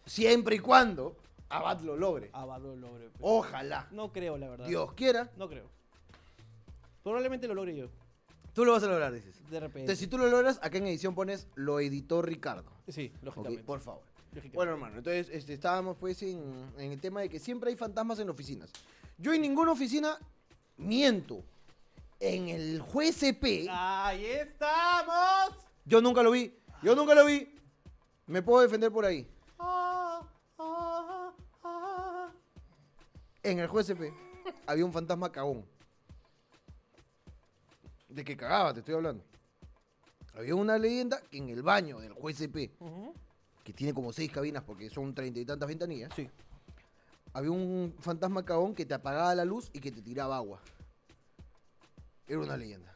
Speaker 2: Siempre y cuando Abad lo logre.
Speaker 3: Avalo lo logre. pues.
Speaker 2: Ojalá.
Speaker 3: No creo, la verdad.
Speaker 2: Dios quiera.
Speaker 3: No creo. Probablemente lo logre yo.
Speaker 2: Tú lo vas a lograr, dices.
Speaker 3: De repente.
Speaker 2: Entonces, si tú lo logras, acá en edición pones lo editó Ricardo.
Speaker 3: Sí,
Speaker 2: Ok,
Speaker 3: lógicamente.
Speaker 2: por favor.
Speaker 3: lógicamente.
Speaker 2: Bueno, hermano, entonces este, estábamos pues en, en el tema de que siempre hay fantasmas en oficinas. Yo en ninguna oficina miento. En el juez CP,
Speaker 3: ¡Ahí estamos!
Speaker 2: yo nunca lo vi. Yo nunca lo vi. Me puedo defender por ahí.
Speaker 3: Ah, ah, ah.
Speaker 2: En el juez CP había un fantasma cagón. De que cagaba, te estoy hablando. Había una leyenda que en el baño del juez CP,
Speaker 3: Ujú.
Speaker 2: que tiene como seis cabinas porque son treinta y tantas ventanillas,
Speaker 3: Sí.
Speaker 2: había un fantasma cagón que te apagaba la luz y que te tiraba agua. Era una leyenda.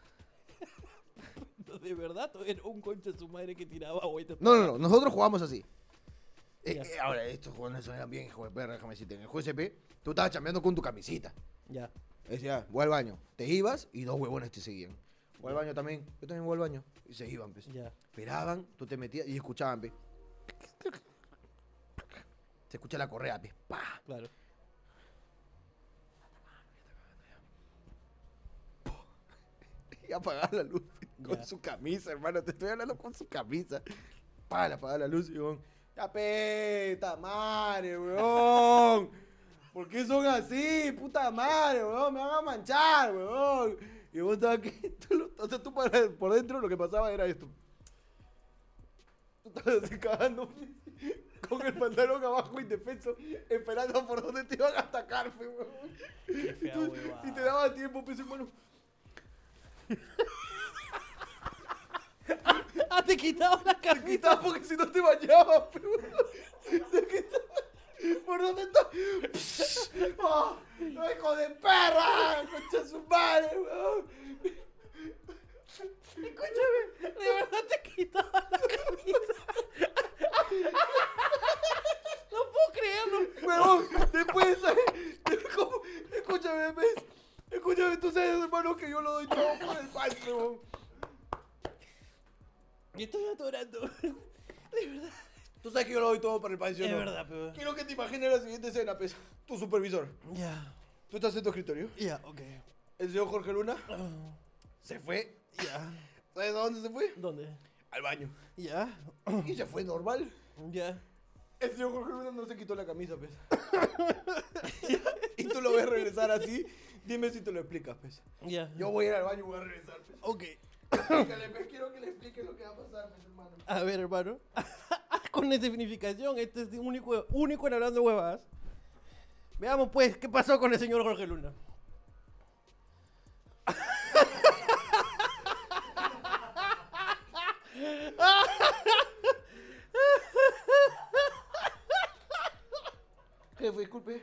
Speaker 3: De verdad, era un concha de su madre que tiraba agua y te-
Speaker 2: No, no, no, nosotros jugamos así. Eh,
Speaker 3: Ya.
Speaker 2: eh, ahora, estos jugadores eran bien, hijo de perra, déjame decirte. En el juez CP, tú estabas chambeando con tu camisita.
Speaker 3: Ya.
Speaker 2: Decía, voy al baño. Te ibas y dos huevones te seguían. Voy al baño también. Yo también voy al baño. Y se iban, pues.
Speaker 3: Ya.
Speaker 2: Esperaban, tú te metías y escuchaban, pe. Se escucha la correa, pe. Pa.
Speaker 3: Claro.
Speaker 2: Y apagaba la luz pe, con
Speaker 3: Ya.
Speaker 2: su camisa, hermano. Te estoy hablando con su camisa. Para apagar la luz, weón. Ya peta madre, weón. ¿Por qué son así? Puta madre, weón. Me van a manchar, weón. Y vos estabas aquí. Tú, lo- o sea, tú para- por dentro lo que pasaba era esto. Tú estabas así cagando pe, con el pantalón abajo indefenso, esperando por donde te iban a atacar, pe, weón.
Speaker 3: fea
Speaker 2: Tú-
Speaker 3: huevada.
Speaker 2: y te daba tiempo, pues, hermano.
Speaker 3: ¡Ah, te quitaba la
Speaker 2: Te
Speaker 3: camisa!
Speaker 2: quitaba porque si no te bañabas, pero. Te quitaba. ¿Por dónde está? ¡Oh! ¡No, hijo de perra! ¡Concha de su madre, weón!
Speaker 3: Escúchame, de verdad te quitaba la camisa. No puedo creerlo.
Speaker 2: Weón, después, ¿sabes? ¿Cómo? Escucha,
Speaker 3: cagaste, weón. Y estoy atorando. De verdad.
Speaker 2: Tú sabes que yo lo doy todo para el pan, ¿sí o
Speaker 3: Es
Speaker 2: no?
Speaker 3: verdad, pero.
Speaker 2: Quiero que te imagines la siguiente escena, pues. Tu supervisor.
Speaker 3: Ya,
Speaker 2: Tú estás en tu escritorio.
Speaker 3: ya, ok.
Speaker 2: El señor Jorge Luna se fue.
Speaker 3: Ya.
Speaker 2: ¿Sabes a dónde se fue?
Speaker 3: ¿Dónde?
Speaker 2: Al baño.
Speaker 3: Ya,
Speaker 2: Y se fue normal.
Speaker 3: ya.
Speaker 2: El señor Jorge Luna no se quitó la camisa, pues. y tú lo ves regresar así. Dime si te lo explicas, pues.
Speaker 3: Ya.
Speaker 2: Yo voy a ir al baño y voy a regresar, pues.
Speaker 3: Ok.
Speaker 2: Explícale, pues. Quiero que le explique lo que va a pasar, pues, hermano.
Speaker 3: A ver, hermano. Con esa significación, este es único, único en hablando huevas. Veamos, pues, qué pasó con el señor Jorge Luna.
Speaker 2: Jefe, disculpe.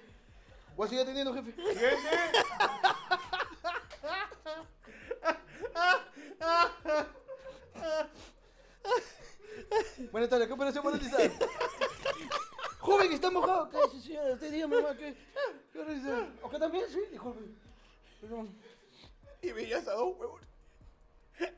Speaker 2: Voy a seguir atendiendo, jefe. Buenas tardes, ¿qué operación van a realizar? Joven, que está mojado. ¿Qué? Sí, señora, usted dígame, mamá, ¿qué? ¿Qué va a realizar? ¿Acá también? Sí, disculpe. Perdón. Y veías a dos huevos. ¿Qué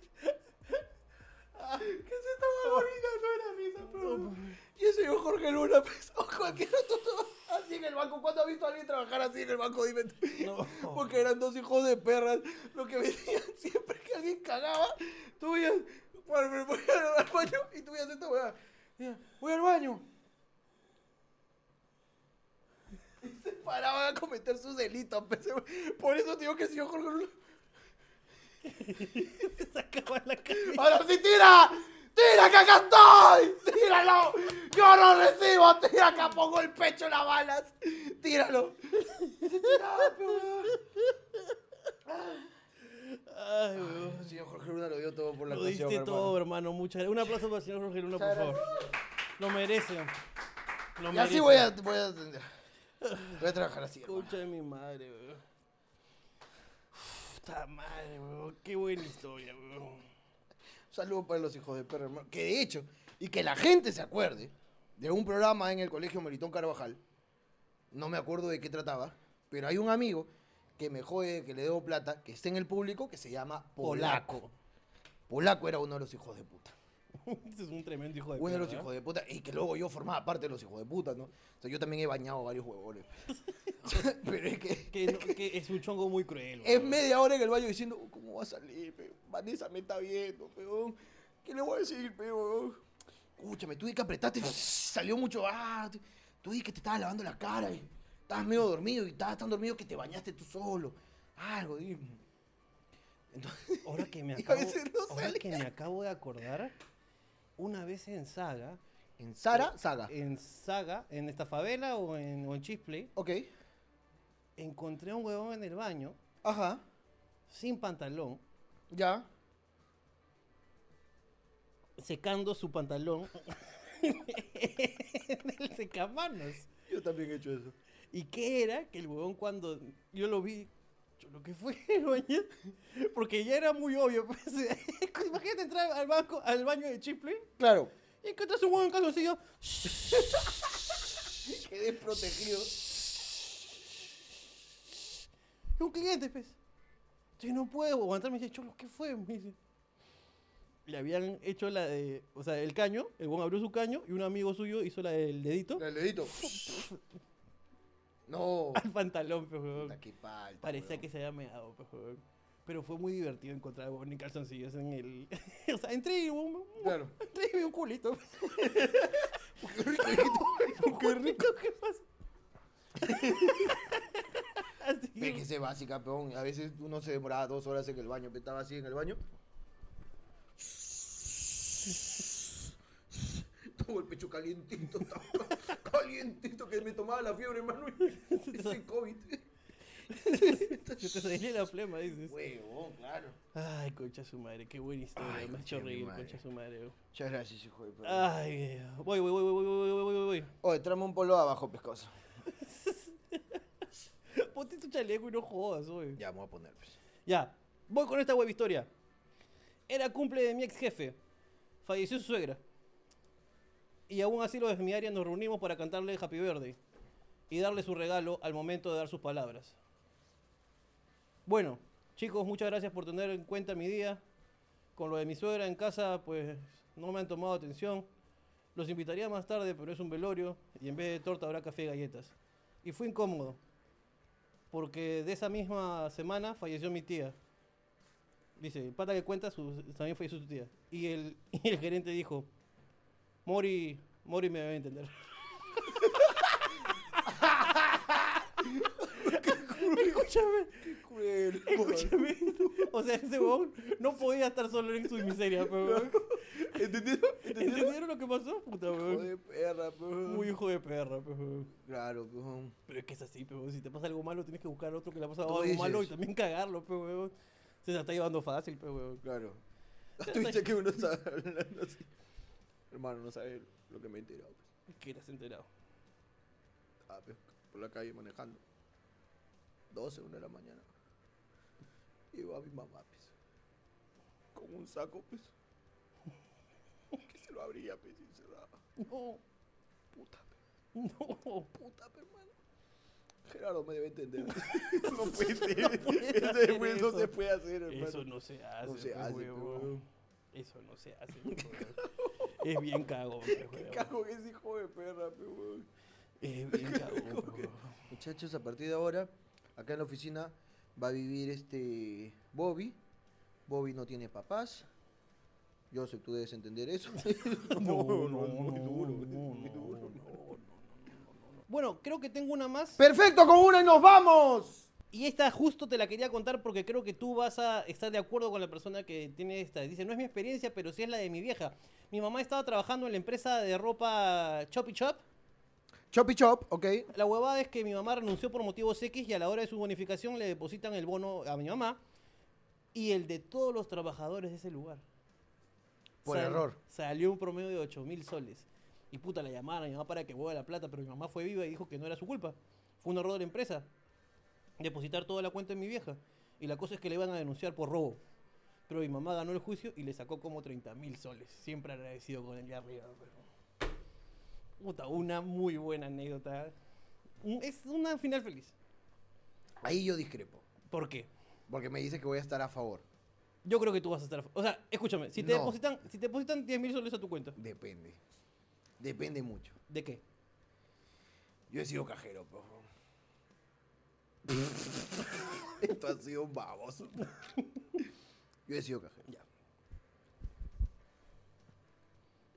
Speaker 2: es esta barbarita? No era misa, pero... Y ese yo Jorge Luna, pues, o cualquier otro, todo así en el banco. ¿Cuándo has visto a alguien trabajar así en el banco? Dime tú.
Speaker 3: No.
Speaker 2: Porque eran dos hijos de perras. Lo que venían siempre que alguien cagaba, tú veías, bueno, me voy al al baño y tú veías esta weá. Mira, Voy al baño. Y se paraban a cometer sus delitos. pues, Por eso te digo que el señor Jorge Luna...
Speaker 3: Se sacaba la camisa.
Speaker 2: ¡Ahora sí, tira! ¡Tira que acá estoy! ¡Tíralo! ¡Yo no recibo! ¡Tira que pongo el pecho en las balas! ¡Tíralo! ¡Tira,
Speaker 3: Ay, weón.
Speaker 2: Señor Jorge Luna lo dio todo por la
Speaker 3: Lo diste
Speaker 2: ocasión,
Speaker 3: todo, hermano. Muchas gracias. Un aplauso para el señor Jorge Luna, por
Speaker 2: Muchas
Speaker 3: favor. Lo merece. Lo
Speaker 2: Y así
Speaker 3: merece.
Speaker 2: voy a, voy a atender. Voy a trabajar así, hermano.
Speaker 3: Concha de mi madre, weón. Puta madre, weón. Qué buena historia, weón.
Speaker 2: Saludos para los hijos de perra, hermano. Que de hecho, y que la gente se acuerde de un programa en el colegio Meritón Carvajal. No me acuerdo de qué trataba, pero hay un amigo que me jode, que le debo plata, que está en el público, que se llama Polaco. Polaco era uno de los hijos de puta.
Speaker 3: Este es un tremendo hijo de
Speaker 2: Uno de los
Speaker 3: perra,
Speaker 2: hijos de puta. Y que luego yo formaba parte de los hijos de puta, ¿no? O sea, yo también he bañado varios huevones. Pero es que
Speaker 3: Que, no- que es un chongo muy cruel.
Speaker 2: es
Speaker 3: weón.
Speaker 2: media hora en el baño diciendo, "Oh, ¿cómo va a salir, pe? Vanessa me está viendo, peón. ¿Qué le voy a decir, peón? Escúchame, tú di que apretaste, salió mucho. Ah, tú- tú di que te estabas lavando la cara y estabas medio dormido y estabas tan dormido que te bañaste tú solo. Algo, dime. Entonces,
Speaker 3: Ahora que me
Speaker 2: Y a
Speaker 3: acabo,
Speaker 2: veces no
Speaker 3: ahora
Speaker 2: sale.
Speaker 3: que me acabo de acordar, una vez en Saga,
Speaker 2: en Sara, Saga.
Speaker 3: en Saga, en esta favela o en, o en Chisplay,
Speaker 2: Ok.
Speaker 3: encontré a un huevón en el baño,
Speaker 2: Ajá.
Speaker 3: sin pantalón,
Speaker 2: Ya.
Speaker 3: secando su pantalón en el secamanos.
Speaker 2: Yo también he hecho eso.
Speaker 3: ¿Y qué era? Que el huevón cuando yo lo vi, yo lo que fue, oye, porque ya era muy obvio. pues, imagínate entrar al, banco, al baño de Chisplay
Speaker 2: Claro.
Speaker 3: y encuentras un huevón en calzoncillo.
Speaker 2: Quedé protegido.
Speaker 3: Es un cliente, pues. Yo no puedo aguantar. Me dice, Cholo, ¿qué fue? Me dice. Le habían hecho la de. O sea, el caño. El buen abrió su caño y un amigo suyo hizo la del dedito
Speaker 2: El dedito. No.
Speaker 3: al pantalón, pues, weón.
Speaker 2: Puta, qué palta,
Speaker 3: Parecía
Speaker 2: weón.
Speaker 3: que se había meado, pues, weón. Pero fue muy divertido encontrar weón en calzoncillos en el. o sea, entré y un.
Speaker 2: Claro.
Speaker 3: Entré y vi un culito.
Speaker 2: Qué rico. Qué rico.
Speaker 3: ¿Qué pasa? Así.
Speaker 2: Ve que se básica, peón. A veces uno se demoraba dos horas en el baño. pe, Estaba así en el baño. Todo el pecho calientito, estaba calientito que me tomaba la fiebre, hermano. Ese COVID.
Speaker 3: Se te salía la flema, dices.
Speaker 2: Huevón, claro.
Speaker 3: Ay, concha su madre, qué buena historia.
Speaker 2: Ay,
Speaker 3: me ha hecho
Speaker 2: concha de mi
Speaker 3: reír,
Speaker 2: madre.
Speaker 3: concha su madre. weón.
Speaker 2: Muchas gracias, hijo de puta.
Speaker 3: Ah. Ay, voy, voy, voy, voy, voy, voy, voy, voy, voy, voy.
Speaker 2: Oye, tráeme un polo abajo, pescoso.
Speaker 3: Ponte tu chaleco y no jodas, güey.
Speaker 2: Ya,
Speaker 3: Ya.
Speaker 2: me voy a poner, pues.
Speaker 3: voy con esta web historia. Era cumple de mi ex jefe. Falleció su suegra. Y aún así los de mi área nos reunimos para cantarle Happy Birthday. Y darle su regalo al momento de dar sus palabras. Bueno, Chicos, muchas gracias por tener en cuenta mi día. Con lo de mi suegra en casa, pues no me han tomado atención. Los invitaría más tarde, pero es un velorio y en vez de torta habrá café y galletas. Y fue incómodo, porque de esa misma semana falleció mi tía. Dice, el pata que cuenta, su- también falleció su tía. Y el, y el gerente dijo, Mori, Mori me va a entender. Escúchame,
Speaker 4: Cruel,
Speaker 3: escúchame. O sea, ese huevón no podía estar solo en su miseria, pero huevón.
Speaker 4: ¿Entendieron? ¿Entendieron?
Speaker 3: ¿Entendieron lo que pasó? Puta,
Speaker 4: Hijo
Speaker 3: huevón.
Speaker 4: de perra, pues.
Speaker 3: Muy hijo de perra, pues, huevón.
Speaker 4: Claro, pues. um.
Speaker 3: Pero es que es así, pe, weón. Si te pasa algo malo, tienes que buscar a otro que le ha pasado
Speaker 4: Tú
Speaker 3: algo
Speaker 4: dices.
Speaker 3: malo y también cagarlo, pe, weón. Se la está llevando fácil, pe, weón.
Speaker 4: Claro. Tú dices que uno sabe hablando así. Hermano, no sabes lo que me he enterado. pues.
Speaker 3: Que te has enterado.
Speaker 4: Ah, pues, por la calle manejando. 12, 1 de la mañana. Y va mi mamá, pues. Con un saco, pues. Que se lo abría, pues, y cerraba.
Speaker 3: No,
Speaker 4: Puta, pues,
Speaker 3: no.
Speaker 4: puta, pues, hermano. Gerardo me debe entender. no puede ser.
Speaker 3: No puede
Speaker 4: Ese
Speaker 3: hacer
Speaker 4: después no
Speaker 3: eso.
Speaker 4: se puede hacer, hermano.
Speaker 3: Eso no se hace,
Speaker 4: se
Speaker 3: pe,
Speaker 4: hace, pues, pe,
Speaker 3: weón.
Speaker 4: weón.
Speaker 3: Eso no se hace, pe, weón. Es bien cagón, pues, pe,
Speaker 4: Qué
Speaker 3: weón.
Speaker 4: cago que es hijo de perra, pe, weón.
Speaker 3: Es bien cagón, pe, weón.
Speaker 4: Muchachos, a partir de ahora, acá en la oficina va a vivir este Bobby. Bobby no tiene papás. Joseph, tú debes entender eso.
Speaker 3: Bueno, creo que tengo una más.
Speaker 4: Perfecto, con una y nos vamos.
Speaker 3: Y esta justo te la quería contar porque creo que tú vas a estar de acuerdo con la persona que tiene esta. Dice, no es mi experiencia, pero sí es la de mi vieja. Mi mamá estaba trabajando en la empresa de ropa Choppy Chop.
Speaker 4: Choppy Chop, ok.
Speaker 3: La huevada es que mi mamá renunció por motivos X y a la hora de su bonificación le depositan el bono a mi mamá y el de todos los trabajadores de ese lugar.
Speaker 4: Por error.
Speaker 3: Salió un promedio de 8 mil soles. Y puta, la llamaron a mi mamá para que vuelva la plata, pero mi mamá fue viva y dijo que no era su culpa. Fue un error de la empresa. Depositar toda la cuenta en mi vieja. Y la cosa es que le iban a denunciar por robo. Pero mi mamá ganó el juicio y le sacó como 30 mil soles. Siempre agradecido con el de arriba. pero- Puta, una muy buena anécdota. Un- Es una final feliz.
Speaker 4: Ahí yo discrepo.
Speaker 3: ¿Por qué?
Speaker 4: Porque me dice que voy a estar a favor.
Speaker 3: Yo creo que tú vas a estar. O sea, escúchame, si te
Speaker 4: No.
Speaker 3: depositan, si te depositan 10 mil soles a tu cuenta,
Speaker 4: Depende. Depende mucho.
Speaker 3: ¿de qué?
Speaker 4: Yo he sido cajero, po. Esto ha sido un baboso. Yo he sido cajero.
Speaker 3: Ya.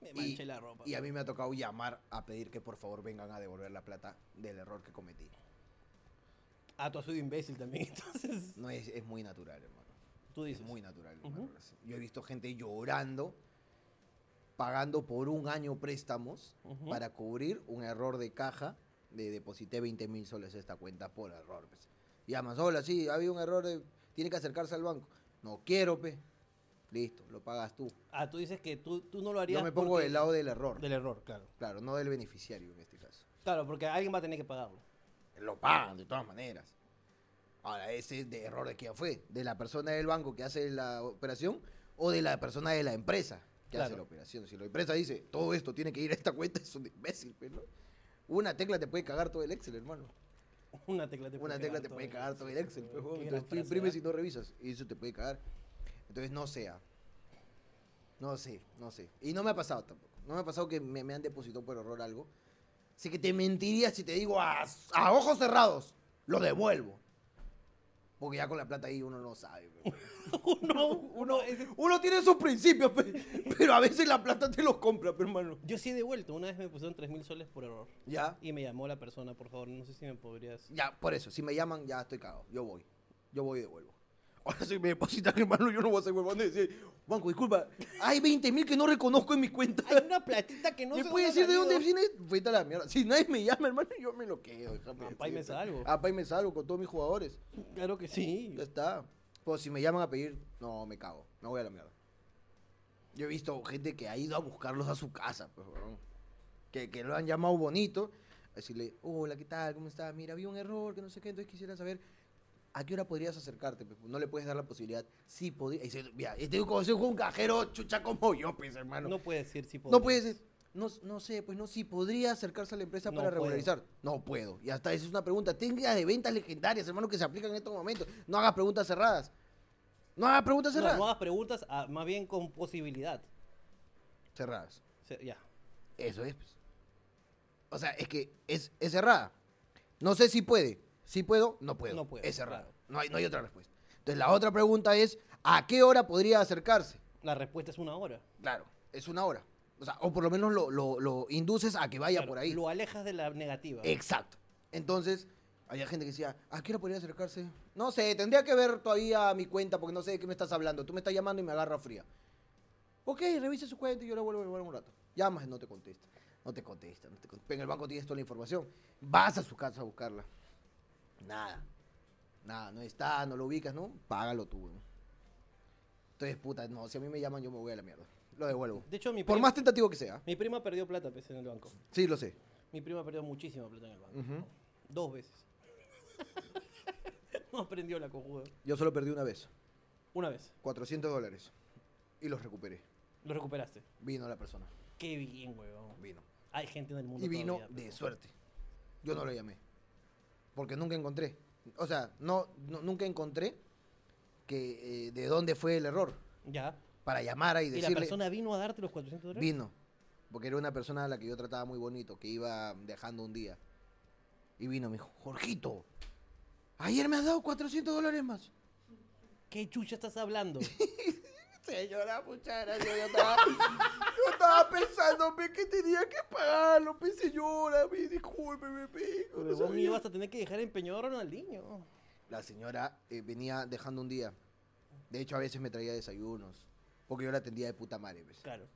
Speaker 3: Me
Speaker 4: Y-
Speaker 3: manché la ropa.
Speaker 4: Y a mí me ha tocado llamar a pedir que por favor vengan a devolver la plata del error que cometí.
Speaker 3: Ah, tú has sido imbécil también. Entonces,
Speaker 4: No es, es muy natural, hermano.
Speaker 3: tú
Speaker 4: Es
Speaker 3: dices.
Speaker 4: muy natural.
Speaker 3: Ujú.
Speaker 4: hermano, así. Yo he visto gente llorando, pagando por un año préstamos
Speaker 3: Ujú.
Speaker 4: para cubrir un error de caja de deposité 20 mil soles a esta cuenta por error. pues. Llamas, hola, sí, ha habido un error, de- tiene que acercarse al banco. No quiero, pe. Listo, lo pagas tú.
Speaker 3: Ah, tú dices que tú, tú no lo harías.
Speaker 4: Yo me pongo
Speaker 3: porque-
Speaker 4: del lado del error.
Speaker 3: Del error, claro.
Speaker 4: Claro, no del beneficiario en este caso.
Speaker 3: Claro, porque alguien va a tener que pagarlo.
Speaker 4: Lo pagan de todas maneras. Ahora, ese de error de quién fue, de la persona del banco que hace la operación o de la persona de la empresa que hace
Speaker 3: Claro.
Speaker 4: la operación. Si la empresa dice, todo esto tiene que ir a esta cuenta, es un imbécil, pues, ¿no? Una tecla te puede cagar todo el Excel, hermano.
Speaker 3: Una tecla te puede
Speaker 4: Una
Speaker 3: cagar
Speaker 4: tecla te
Speaker 3: todo
Speaker 4: puede
Speaker 3: el
Speaker 4: cagar todo el Excel, pues, huevón.
Speaker 3: Qué gran
Speaker 4: Entonces tú
Speaker 3: frase,
Speaker 4: imprimes
Speaker 3: ¿eh?
Speaker 4: y no revisas, y eso te puede cagar. Entonces no sea. No sé, no sé. Y no me ha pasado tampoco. No me ha pasado que me, me han depositado por error algo. Así que te mentiría si te digo a, a ojos cerrados, lo devuelvo. Porque ya con la plata ahí uno no sabe. pues.
Speaker 3: uno, uno es-
Speaker 4: Uno tiene sus principios, pe- pero a veces la plata te los compra, pe, hermano.
Speaker 3: Yo sí he devuelto. Una vez me pusieron 3 mil soles por error.
Speaker 4: Ya,
Speaker 3: Y me llamó la persona, por favor. No sé si me podrías.
Speaker 4: ya, por eso. Si me llaman, ya estoy cagado. Yo voy. Yo voy y devuelvo. Ahora si me depositan, hermano, yo no voy a ser huevón de decir, banco, disculpa, hay 20 mil que no reconozco en mi cuenta.
Speaker 3: Hay una platita que no
Speaker 4: ¿Me
Speaker 3: sé
Speaker 4: puede
Speaker 3: dónde ha
Speaker 4: decir de dónde
Speaker 3: salido.
Speaker 4: viene? Vete a la mierda. Si nadie me llama, hermano, yo me lo quedo. déjame
Speaker 3: Apá y me
Speaker 4: decirte.
Speaker 3: salgo.
Speaker 4: Apá y me salgo con todos mis jugadores.
Speaker 3: Claro que sí.
Speaker 4: Ya está. Pues si me llaman a pedir, no, me cago. Me voy a la mierda. Yo he visto gente que ha ido a buscarlos a su casa, pues, weón. que, que lo han llamado bonito. A decirle, hola, ¿qué tal? ¿Cómo estás? Mira, vi un error, que no sé qué. Entonces quisiera saber, ¿a qué hora podrías acercarte? pues? no le puedes dar la posibilidad. Sí, podría. Y dice, mira, este es como si fuera un cajero chucha como yo, pues, hermano.
Speaker 3: No puede decir si
Speaker 4: No
Speaker 3: podrías.
Speaker 4: puede ser. No, no sé, pues no, si podría acercarse a la empresa
Speaker 3: No
Speaker 4: para
Speaker 3: puedo.
Speaker 4: regularizar. No puedo. Y hasta esa es una pregunta. Técnicas de ventas legendarias, hermano, que se aplican en estos momentos. No hagas preguntas cerradas. No hagas preguntas
Speaker 3: No,
Speaker 4: cerradas.
Speaker 3: no hagas preguntas, ah, más bien con posibilidad.
Speaker 4: Cerradas.
Speaker 3: Se- ya.
Speaker 4: Eso es. pues. O sea, es que es, es cerrada. No sé si puede. Si puedo, no puedo.
Speaker 3: No puedo,
Speaker 4: Es cerrada.
Speaker 3: claro.
Speaker 4: No, hay, no hay otra respuesta. Entonces, la otra pregunta es: ¿a qué hora podría acercarse?
Speaker 3: La respuesta es una hora.
Speaker 4: Claro, es una hora. O sea, o por lo menos lo, lo- lo induces a que vaya
Speaker 3: Claro,
Speaker 4: por ahí.
Speaker 3: Lo alejas de la negativa.
Speaker 4: Exacto. Entonces, había gente que decía, ¿a qué hora podría acercarse? No sé, tendría que ver todavía mi cuenta porque no sé de qué me estás hablando. Tú me estás llamando y me agarra fría. Ok, revisa su cuenta y yo la vuelvo a llamar un rato. Llamas y no te contesta. No te contesta. No te contesta. En el banco tienes toda la información. Vas a su casa a buscarla. Nada. Nada, no está, no lo ubicas, ¿no? Págalo tú, weón. Entonces, puta, no, si a mí me llaman yo me voy a la mierda. Lo devuelvo.
Speaker 3: De hecho, mi
Speaker 4: Por
Speaker 3: prima,
Speaker 4: más tentativo que sea.
Speaker 3: mi prima perdió plata pues, en el banco.
Speaker 4: Sí, lo sé.
Speaker 3: Mi prima perdió muchísima plata en el banco.
Speaker 4: Ujú.
Speaker 3: Dos veces. no aprendió la cojuda.
Speaker 4: Yo solo perdí una vez.
Speaker 3: Una vez.
Speaker 4: 400 dólares. Y los recuperé.
Speaker 3: Lo recuperaste.
Speaker 4: Vino la persona.
Speaker 3: Qué bien, weón.
Speaker 4: Vino.
Speaker 3: Hay gente en el mundo
Speaker 4: Y vino
Speaker 3: todavía,
Speaker 4: de
Speaker 3: pero-
Speaker 4: suerte. Yo no lo llamé. Porque nunca encontré. O sea, no, no- nunca encontré que eh, de dónde fue el error.
Speaker 3: Ya.
Speaker 4: Para llamar ahí y
Speaker 3: ¿Y la
Speaker 4: decirle.
Speaker 3: persona vino a darte los 400 dólares?
Speaker 4: Vino. Porque era una persona a la que yo trataba muy bonito, que iba dejando un día. Y vino, me dijo, Jorgito, ayer me has dado 400 dólares más.
Speaker 3: ¿Qué chucha estás hablando?
Speaker 4: Señora, muchas gracias. Yo estaba, yo estaba pensando pe, que tenía que pagarlo, pe, señora. pe, discúlpeme, pe, yo no
Speaker 3: Weón, me
Speaker 4: sabía.
Speaker 3: ibas a tener que dejar empeñado a Ronaldinho.
Speaker 4: La señora eh, venía dejando un día. De hecho, a veces me traía desayunos. Porque yo la atendía de puta madre, pues.
Speaker 3: Claro.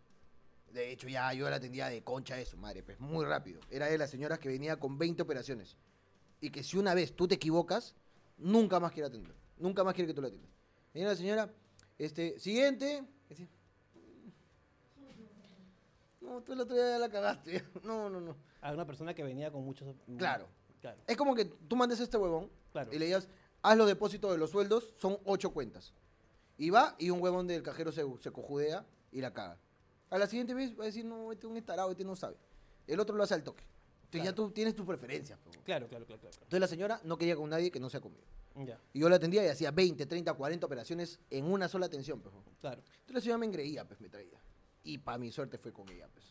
Speaker 4: De hecho, ya yo la atendía de concha de su madre, pues, muy rápido. Era de las señoras que venía con 20 operaciones. Y que si una vez tú te equivocas, nunca más quiere atender. Nunca más quiere que tú la atiendas. Venía la señora, este, siguiente. Así. No, tú el otro día ya la cagaste. No, no, no.
Speaker 3: A una persona que venía con muchos. mm,
Speaker 4: Claro.
Speaker 3: Claro.
Speaker 4: Es como que tú mandes a este huevón
Speaker 3: Claro.
Speaker 4: y le digas, haz los depósitos de los sueldos, son ocho cuentas. Y va y un huevón del cajero se, se cojudea y la caga. A la siguiente vez va a decir, no, este es un estarado, este no sabe. El otro lo hace al toque. Entonces ya
Speaker 3: Claro.
Speaker 4: tú tienes tus preferencias. po.
Speaker 3: Claro, claro, claro, claro.
Speaker 4: Entonces la señora no quería con nadie que no sea conmigo.
Speaker 3: Ya,
Speaker 4: Y yo la atendía y hacía 20, 30, 40 operaciones en una sola atención. Pues. po.
Speaker 3: claro.
Speaker 4: Entonces la señora me engreía, pues me traía. Y para mi suerte fue con ella, pues.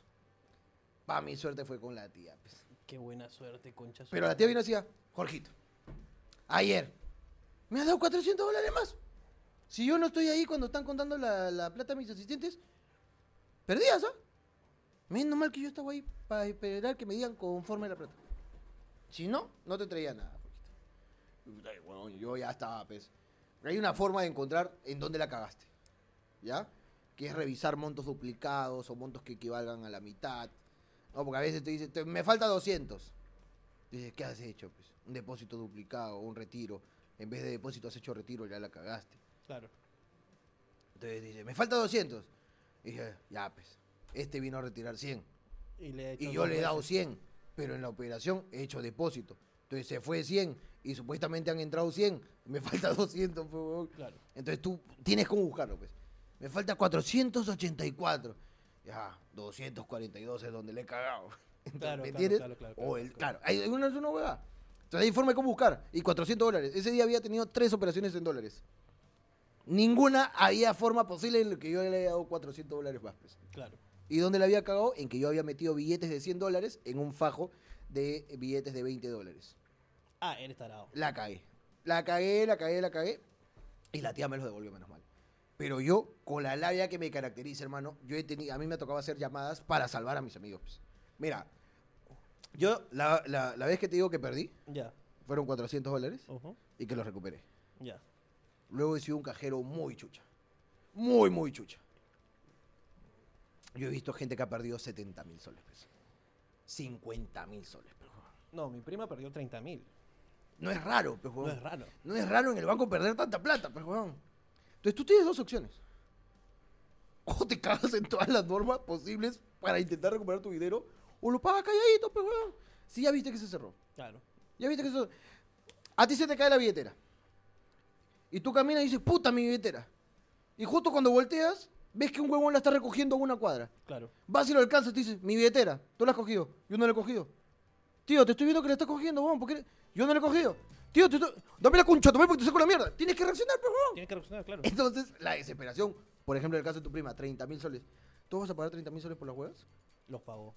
Speaker 4: Para mi suerte fue con la tía, pues.
Speaker 3: Qué buena suerte, concha.
Speaker 4: Pero la tía vino y decía, Jorgito, ayer me has dado 400 dólares más. Si yo no estoy ahí cuando están contando la, la plata de mis asistentes, perdías, ¿ah? Menos mal que yo estaba ahí para esperar que me digan conforme la plata. Si no, no te traía nada, Jorgito. Y puta, y huevón, yo ya estaba, pues. Hay una forma de encontrar en dónde la cagaste, ¿ya? Que es revisar montos duplicados o montos que equivalgan a la mitad. No, porque a veces te dicen, "Te- me falta 200. Dices, ¿qué has hecho? Pues? Un depósito duplicado, un retiro. En vez de depósito has hecho retiro, ya la cagaste.
Speaker 3: Claro.
Speaker 4: Entonces dice, me falta 200. Y dije, ya, pues, este vino a retirar 100.
Speaker 3: Y, le he hecho
Speaker 4: Y yo
Speaker 3: dos
Speaker 4: le he dado
Speaker 3: veces.
Speaker 4: 100, pero en la operación he hecho depósito. Entonces se fue 100 y supuestamente han entrado 100. Me falta 200, pues, huevón.
Speaker 3: Claro.
Speaker 4: Entonces tú tienes cómo buscarlo, pues. Me falta 484. Ya, 242 es donde le he cagado. Entonces,
Speaker 3: Claro,
Speaker 4: ¿Me
Speaker 3: claro,
Speaker 4: entiendes?
Speaker 3: claro, claro,
Speaker 4: o
Speaker 3: claro,
Speaker 4: el,
Speaker 3: claro.
Speaker 4: claro, hay hay una, es una huevada. Entonces hay forma de cómo buscar. Y 400 dólares. Ese día había tenido tres operaciones en dólares. Ninguna había forma posible en la que yo le haya dado 400 dólares más, pues.
Speaker 3: Claro.
Speaker 4: ¿Y dónde la había cagado? En que yo había metido billetes de 100 dólares en un fajo de billetes de 20 dólares.
Speaker 3: Ah, eres tarado.
Speaker 4: La cagué. La cagué, la cagué, la cagué. Y la tía me los devolvió, menos mal. Pero yo, con la labia que me caracteriza, hermano, yo he tenido, a mí me tocaba hacer llamadas para salvar a mis amigos. pues. Mira, yo la, la- la vez que te digo que perdí,
Speaker 3: Ya.
Speaker 4: fueron 400 dólares
Speaker 3: Ujú.
Speaker 4: y que los recuperé.
Speaker 3: Ya.
Speaker 4: Luego he sido un cajero muy chucha. Muy, muy chucha. Yo he visto gente que ha perdido 70 mil soles. pues. 50 mil soles. pues, huevón.
Speaker 3: No, mi prima perdió 30 mil.
Speaker 4: No es raro, pues,
Speaker 3: No
Speaker 4: huevón.
Speaker 3: es raro.
Speaker 4: No es raro en el banco perder tanta plata, pues, weón. Entonces tú tienes dos opciones. O te cagas en todas las normas posibles para intentar recuperar tu dinero, o lo pagas calladito, pues, weón. Si ya viste que se cerró.
Speaker 3: Claro.
Speaker 4: Ya viste que se A ti se te cae la billetera. Y tú caminas y dices, puta mi billetera. Y justo cuando volteas, ves que un huevón la está recogiendo a una cuadra.
Speaker 3: Claro.
Speaker 4: Vas y lo alcanzas y te dices, mi billetera, tú la has cogido. Yo no la he cogido. Tío, te estoy viendo que la estás cogiendo, weón, porque yo no la he cogido.
Speaker 2: Tío, te, estoy- dame la concha, tomé porque te saco la mierda. Tienes que reaccionar, pero
Speaker 3: Tienes que reaccionar, claro.
Speaker 2: Entonces, la desesperación, por ejemplo, en el caso de tu prima, 30 mil soles. ¿Tú vas a pagar 30 mil soles por las huevas?
Speaker 3: Los pagó.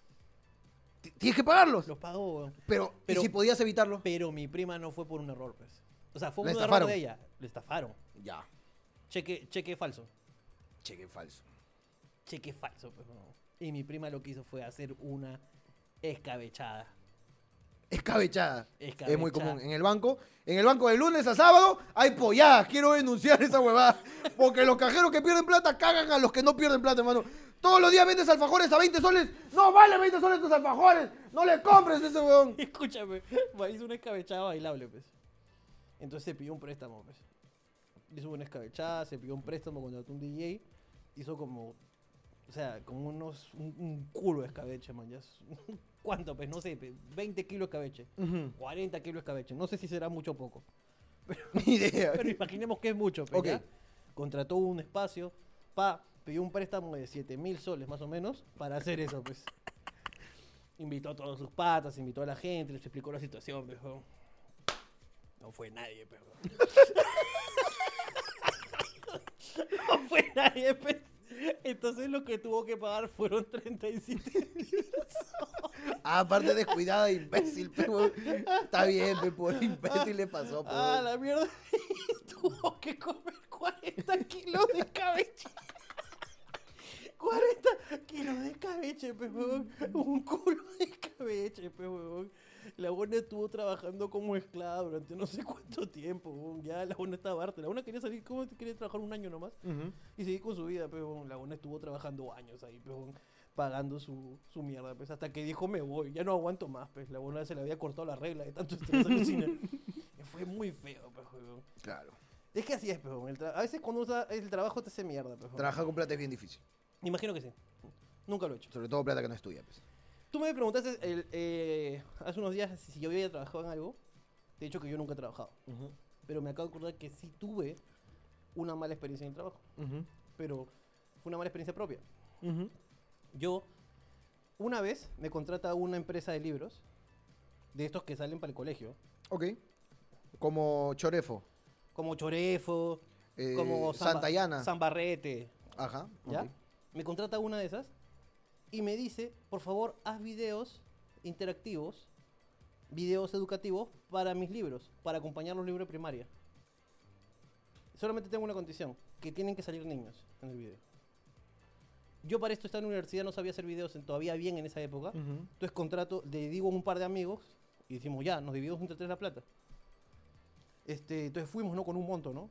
Speaker 2: Ti- Tienes que pagarlos.
Speaker 3: Los pagó, weón.
Speaker 2: Pero, ¿y
Speaker 3: Pero-
Speaker 2: si podías evitarlo?
Speaker 3: Pero mi prima no fue por un error, pues. O sea, fue
Speaker 2: La
Speaker 3: un error
Speaker 2: estafaron.
Speaker 3: de ella. Le estafaron.
Speaker 2: Ya,
Speaker 3: Cheque, cheque falso.
Speaker 2: cheque falso.
Speaker 3: Cheque falso, pues, weón. Y mi prima lo que hizo fue hacer una escabechada.
Speaker 2: Escabechada.
Speaker 3: Escabechada.
Speaker 2: Es muy común. En el banco, en el banco de lunes a sábado, hay polladas. Quiero denunciar esa huevada. Porque los cajeros que pierden plata cagan a los que no pierden plata, hermano. Todos los días vendes alfajores a 20 soles. No vale 20 soles tus alfajores. No le compres a ese huevón.
Speaker 3: Escúchame, ba- hizo una escabechada bailable, pues. Entonces se pidió un préstamo, pues. Hizo una escabechada, se pidió un préstamo, contrató un DJ, hizo como, o sea, como unos, un, un culo de escabeche, man, ya. es- ¿Cuánto, pues? No sé, pe- 20 kilos de escabeche, 40 kilos de escabeche, no sé si será mucho o poco,
Speaker 2: Ni idea.
Speaker 3: pero imaginemos que es mucho, pues,
Speaker 2: Ok.
Speaker 3: ya. Contrató un espacio, pa, pidió un préstamo de 7 mil soles, más o menos, para hacer eso, pues. Invitó a todos sus patas, invitó a la gente, les explicó la situación, pues, weón. No fue nadie, pero. no fue nadie, pues. Entonces lo que tuvo que pagar fueron 37 mil
Speaker 2: Aparte descuidada, imbécil, pero está bien, pe, por imbécil le pasó. po.
Speaker 3: Ah, la mierda. Tuvo que comer 40 kilos de cabeche. 40 kilos de cabeche, pues, huevón. Un culo de cabeche, pues, huevón. La buena estuvo trabajando como esclava durante no sé cuánto tiempo, huevón. Ya la buena estaba harta. La buena quería salir, ¿cómo quería trabajar un año nomás? Y seguir con su vida, pues, huevón. La buena estuvo trabajando años ahí, pues, huevón, Pagando su, su mierda, pues, hasta que dijo me voy, ya no aguanto más, pues. La buena se le había cortado la regla de tanto estrés alucina. Fue muy feo, pues, huevón.
Speaker 2: Claro.
Speaker 3: Es que así es, pues, pero a veces cuando usa el trabajo te hace mierda, pues. huevón.
Speaker 2: Trabajar con plata es bien difícil.
Speaker 3: Imagino que sí. Nunca lo he hecho.
Speaker 2: Sobre todo plata que no es tuya. pues.
Speaker 3: Tú me preguntaste el, eh, hace unos días si yo había trabajado en algo. Te he dicho que yo nunca he trabajado. Pero me acabo de acordar que sí tuve una mala experiencia en el trabajo. Pero fue una mala experiencia propia. Yo, una vez, me contrata una empresa de libros. De estos que salen para el colegio.
Speaker 2: Ok. Como Chorefo.
Speaker 3: Como Chorefo,
Speaker 2: Eh,
Speaker 3: como San Ba-
Speaker 2: Santayana.
Speaker 3: San Barrete.
Speaker 2: Ajá.
Speaker 3: ¿ya?
Speaker 2: ok.
Speaker 3: Me contrata una de esas y me dice, por favor, haz videos interactivos, videos educativos para mis libros, para acompañar los libros de primaria. Solamente tengo una condición, que tienen que salir niños en el video. Yo para esto estaba en la universidad, no sabía hacer videos en- todavía bien en esa época. Entonces contrato, le digo a un par de amigos y decimos, ya, nos dividimos entre tres la plata. Este, entonces fuimos, ¿no? Con un monto, ¿no?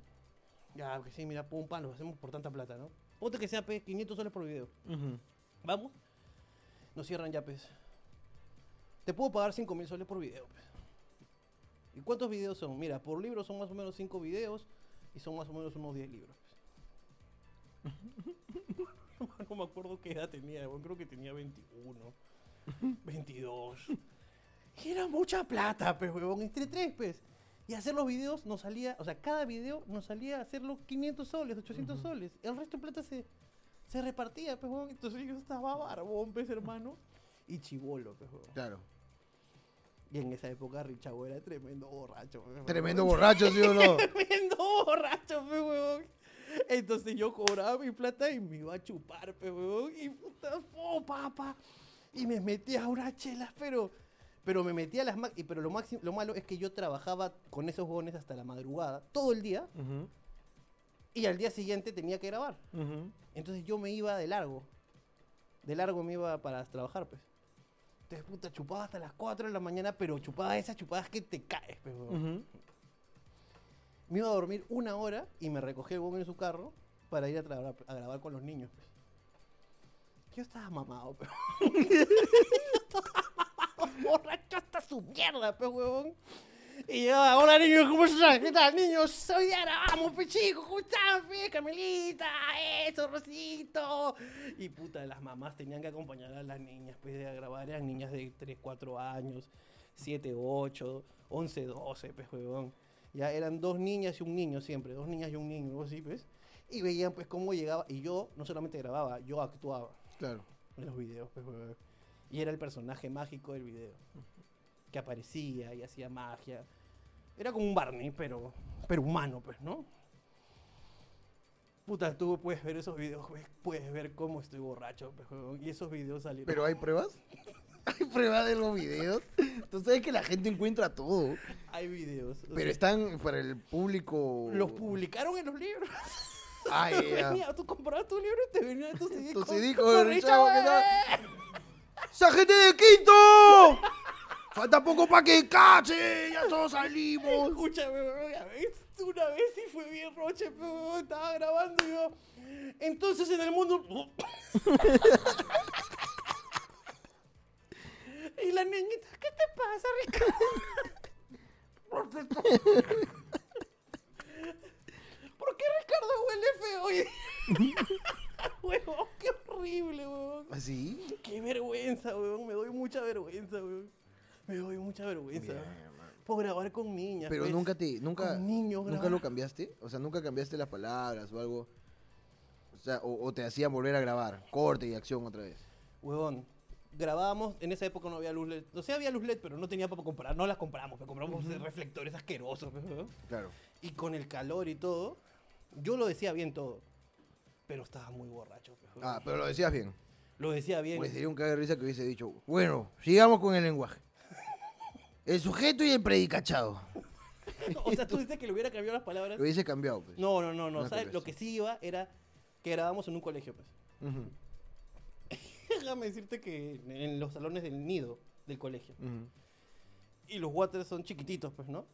Speaker 3: Ya, que sí, mira, pum, pan, lo hacemos por tanta plata, ¿no? Ponte que sea, pues, 500 soles por video. Vamos. Nos cierran ya, pues. Te puedo pagar 5 mil soles por video, pues. ¿Y cuántos videos son? Mira, por libro son más o menos 5 videos y son más o menos unos 10 libros. pues. no me acuerdo qué edad tenía, weón, creo que tenía 21, 22. Y era mucha plata, pues, huevón, entre tres, pues. Y hacer los videos nos salía, o sea, cada video nos salía hacerlo 500 soles, 800 soles. El resto de plata se, se repartía, pues, huevón. Entonces yo estaba barbón, pues, hermano. Y chivolo, pues, huevón.
Speaker 2: Claro.
Speaker 3: Y en esa época Richabo era tremendo borracho. pe, huevón.
Speaker 2: Tremendo borracho, ¿sí o no?
Speaker 3: Tremendo borracho, pe, huevón. Entonces yo cobraba mi plata y me iba a chupar, pe, huevón. Y puta, oh, papá. Y me metía a unas chelas, pero... Pero me metía a las... ma- y- Pero lo, máximo, lo malo es que yo trabajaba con esos huevones hasta la madrugada, todo el día. Y al día siguiente tenía que grabar. Entonces yo me iba de largo. De largo me iba para trabajar, pues. Entonces, puta, chupaba hasta las 4 de la mañana, pero chupaba esas chupadas que te caes, pues, huevón. Me iba a dormir una hora y me recogía el huevón en su carro para ir a, tra- a grabar con los niños, pues. Yo estaba mamado, pero. borracho hasta su mierda, pues, huevón. Y yo, hola niños, ¿cómo están? ¿Qué tal, niños? Soy Ara, vamos, pues chicos, ¿cómo están? Fe, Carmelita, eso, Rosito. Y puta, las mamás tenían que acompañar a las niñas, pues, a grabar, eran niñas de 3, 4 años, 7, 8, 11, 12, pues, huevón. Ya eran dos niñas y un niño siempre, dos niñas y un niño, algo así, pues. Y veían, pues, cómo llegaba, y yo no solamente grababa, yo actuaba
Speaker 2: Claro.
Speaker 3: en los videos, pues, huevón. Y era el personaje mágico del video. Que aparecía y hacía magia. Era como un Barney, pero, pero humano, pues, ¿no? Puta, tú puedes ver esos videos, pues, puedes ver cómo estoy borracho, pues, huevón, y esos videos salieron.
Speaker 4: ¿Pero hay pruebas? ¿Hay pruebas de los videos? Tú sabes que la gente encuentra todo.
Speaker 3: Hay videos. o
Speaker 4: Pero
Speaker 3: sea,
Speaker 4: están para el público.
Speaker 3: Los publicaron en los libros.
Speaker 4: Ah,
Speaker 3: Te
Speaker 4: ya.
Speaker 3: venía- tú comprabas tu libro y te venía tu CD
Speaker 4: Tu
Speaker 3: con-
Speaker 4: CD
Speaker 3: con
Speaker 4: con
Speaker 3: Richard
Speaker 4: Richard
Speaker 3: Wagner.
Speaker 4: ¡Esa gente de Quito! Falta poco para que cache. Ya todos salimos.
Speaker 3: Pues, Escúchame, weón, ya ves, una vez sí fue bien roche, pero weón, estaba grabando y yo. Entonces en el mundo. y la niñita, ¿qué te pasa, Ricardo? ¿Por qué Ricardo huele feo? Huevón, qué horrible, huevón.
Speaker 4: ¿Así?
Speaker 3: Qué vergüenza, weón. Me doy mucha vergüenza, weón. Me doy mucha vergüenza. Por grabar con niñas.
Speaker 4: Pero
Speaker 3: pues.
Speaker 4: nunca te. Nunca,
Speaker 3: Con niños
Speaker 4: nunca
Speaker 3: grabar.
Speaker 4: lo cambiaste. O sea, nunca cambiaste las palabras o algo. O sea, o, o te hacían volver a grabar. Corte y acción otra vez.
Speaker 3: Weón. Grabábamos, en esa época no había luz LED. O sea, había luz LED, pero no tenía para comprar. No las compramos, pero compramos eh, reflectores asquerosos, pues, weón.
Speaker 4: Claro.
Speaker 3: Y con el calor y todo, yo lo decía bien todo. Pero estaba muy borracho, pues, weón.
Speaker 4: Ah, pero lo decías bien.
Speaker 3: Lo decía bien.
Speaker 4: Pues sería un cague de risa que hubiese dicho. Bueno, sigamos con el lenguaje. El sujeto y el predicachado.
Speaker 3: o sea, tú dices que le hubiera cambiado las palabras.
Speaker 4: Lo hubiese cambiado, pues.
Speaker 3: No, no, no, no.
Speaker 4: No,
Speaker 3: ¿sabes?
Speaker 4: pero
Speaker 3: Lo
Speaker 4: sí.
Speaker 3: que sí iba era que grabábamos en un colegio, pues.
Speaker 4: Ujú,
Speaker 3: Déjame decirte que en- en los salones del nido del colegio.
Speaker 4: ujú.
Speaker 3: Y los waters son chiquititos, pues, ¿no?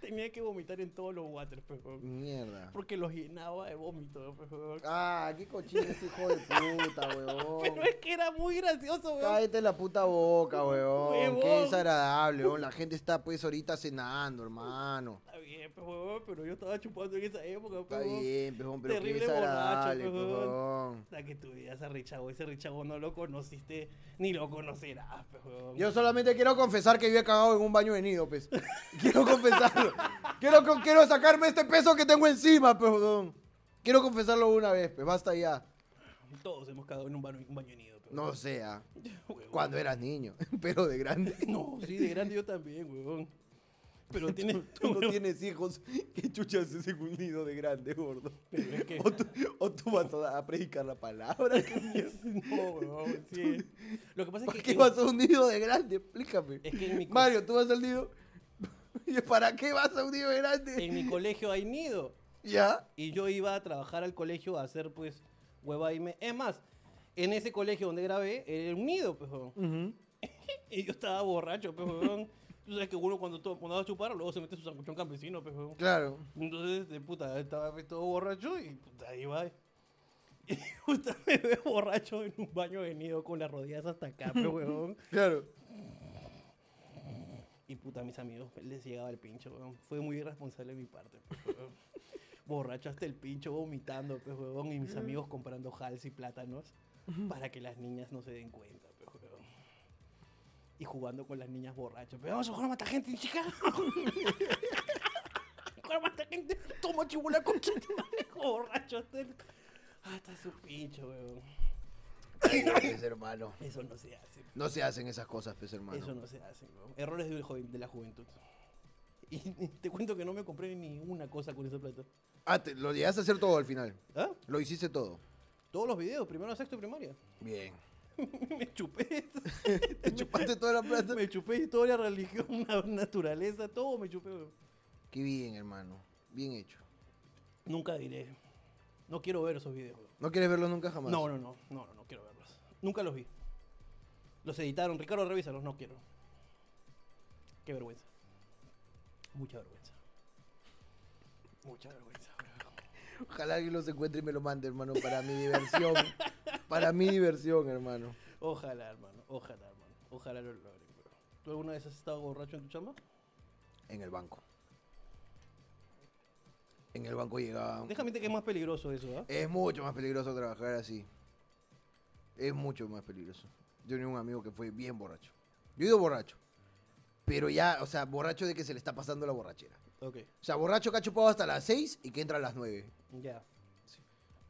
Speaker 3: Tenía que vomitar en todos los waters, pues, weón,
Speaker 4: Mierda.
Speaker 3: porque los llenaba de vómito, pues, weón.
Speaker 4: Ah, qué cochino este hijo de puta,
Speaker 3: Pero
Speaker 4: weón.
Speaker 3: es que era muy gracioso, weón.
Speaker 4: Cállate la puta boca, weón. Qué
Speaker 3: Huevón.
Speaker 4: desagradable, weón. La gente está pues ahorita cenando, hermano.
Speaker 3: Está bien, pues, weón, pero yo estaba chupando en esa época,
Speaker 4: Está
Speaker 3: pues, weón.
Speaker 4: bien, pejón, pero qué
Speaker 3: Terrible
Speaker 4: desagradable,
Speaker 3: borracho, pues,
Speaker 4: pejón.
Speaker 3: Hasta que tú veías a Richabo, ese Richabo no lo conociste ni lo conocerás, pues, weón.
Speaker 4: Yo solamente quiero confesar que yo he cagado en un baño de nido, pues. Quiero confesarlo. Quiero, con- quiero sacarme este peso que tengo encima, pejón. Quiero confesarlo una vez, pues. Basta ya.
Speaker 3: Todos hemos cagado en un baño, un baño de nido, pues,
Speaker 4: No sea.
Speaker 3: weón.
Speaker 4: Cuando eras niño, pero de grande.
Speaker 3: No, sí, de grande yo también, weón. Pero tiene...
Speaker 4: Tú no tienes hijos. ¿Qué chuchas es en un nido de grande, gordo?
Speaker 3: Pero es que-
Speaker 4: O tú, o tú vas a, a predicar la palabra. ¿Qué mierda?
Speaker 3: No, weón, sí. es. Lo que pasa es que.
Speaker 4: ¿Para qué
Speaker 3: en-
Speaker 4: vas a un nido de grande? Explícame.
Speaker 3: Es que en mi, co-
Speaker 4: Mario, ¿tú vas al nido? ¿Y ¿Para qué vas a un nido de grande?
Speaker 3: en mi colegio hay nido.
Speaker 4: ¿Ya?
Speaker 3: Y yo iba a trabajar al colegio a hacer, pues, hueva y me. Es más, en ese colegio donde grabé, era un nido, pues, weón. Y yo estaba borracho, pues, weón. Tú sabes que uno cuando, to- cuando va a chupar, luego se mete su sanguchón campesino, pues, weón.
Speaker 4: Claro.
Speaker 3: Entonces, de puta, estaba pues, todo borracho y puta, ahí va. Y puta, me veo borracho en un baño de nido con las rodillas hasta acá, pues, weón.
Speaker 4: Claro.
Speaker 3: Y puta, mis amigos pues, les llegaba el pincho, weón. Fue muy irresponsable de mi parte, pues, weón. Borracho hasta el pincho, vomitando, pues, weón. Y mis amigos comprando jals y plátanos para que las niñas no se den cuenta, pues, weón. Y jugando con las niñas borrachos. Pero vamos a jugar a matar gente, chica. jugar a matar gente. Toma chibula con Borracho hasta el... Hasta su pincho, weón.
Speaker 4: Ay, pues, hermano.
Speaker 3: Eso no se hace,
Speaker 4: No se hacen esas cosas, pues, hermano.
Speaker 3: Eso no se hace, weón. Errores del joven- de la juventud. Y te cuento que no me compré ni una cosa con esa plata.
Speaker 4: Ah, te- lo llegaste a hacer todo al final.
Speaker 3: ¿Ah?
Speaker 4: Lo hiciste todo.
Speaker 3: Todos los videos, primero a sexto de primaria.
Speaker 4: Bien.
Speaker 3: me chupé.
Speaker 4: ¿Te chupaste toda la plata?
Speaker 3: me chupé historia, religión, na- naturaleza, todo me chupé, weón.
Speaker 4: Qué bien, hermano. Bien hecho.
Speaker 3: Nunca diré. No quiero ver esos videos, weón.
Speaker 4: ¿No quieres verlo nunca jamás?
Speaker 3: No, no, no, no, no, no quiero verlos. Nunca los vi. Los editaron. Ricardo, revísalos, no quiero. Qué vergüenza. Mucha vergüenza. Mucha vergüenza, weón.
Speaker 4: Ojalá alguien los encuentre y me lo mande, hermano, para mi diversión. para mi diversión, hermano.
Speaker 3: Ojalá, hermano. Ojalá, hermano. Ojalá lo logren, bro. ¿Tú alguna vez has estado borracho en tu chamba?
Speaker 4: En el banco. En el banco llegaba.
Speaker 3: Déjame decirte que es más peligroso eso, ¿ah?
Speaker 4: Es mucho más peligroso trabajar así. Es mucho más peligroso. Yo tenía un amigo que fue bien borracho. Yo he ido borracho. Pero ya, o sea, borracho de que se le está pasando la borrachera.
Speaker 3: Ok,
Speaker 4: O sea, borracho que ha chupado hasta las 6 y que entra a las 9.
Speaker 3: ya.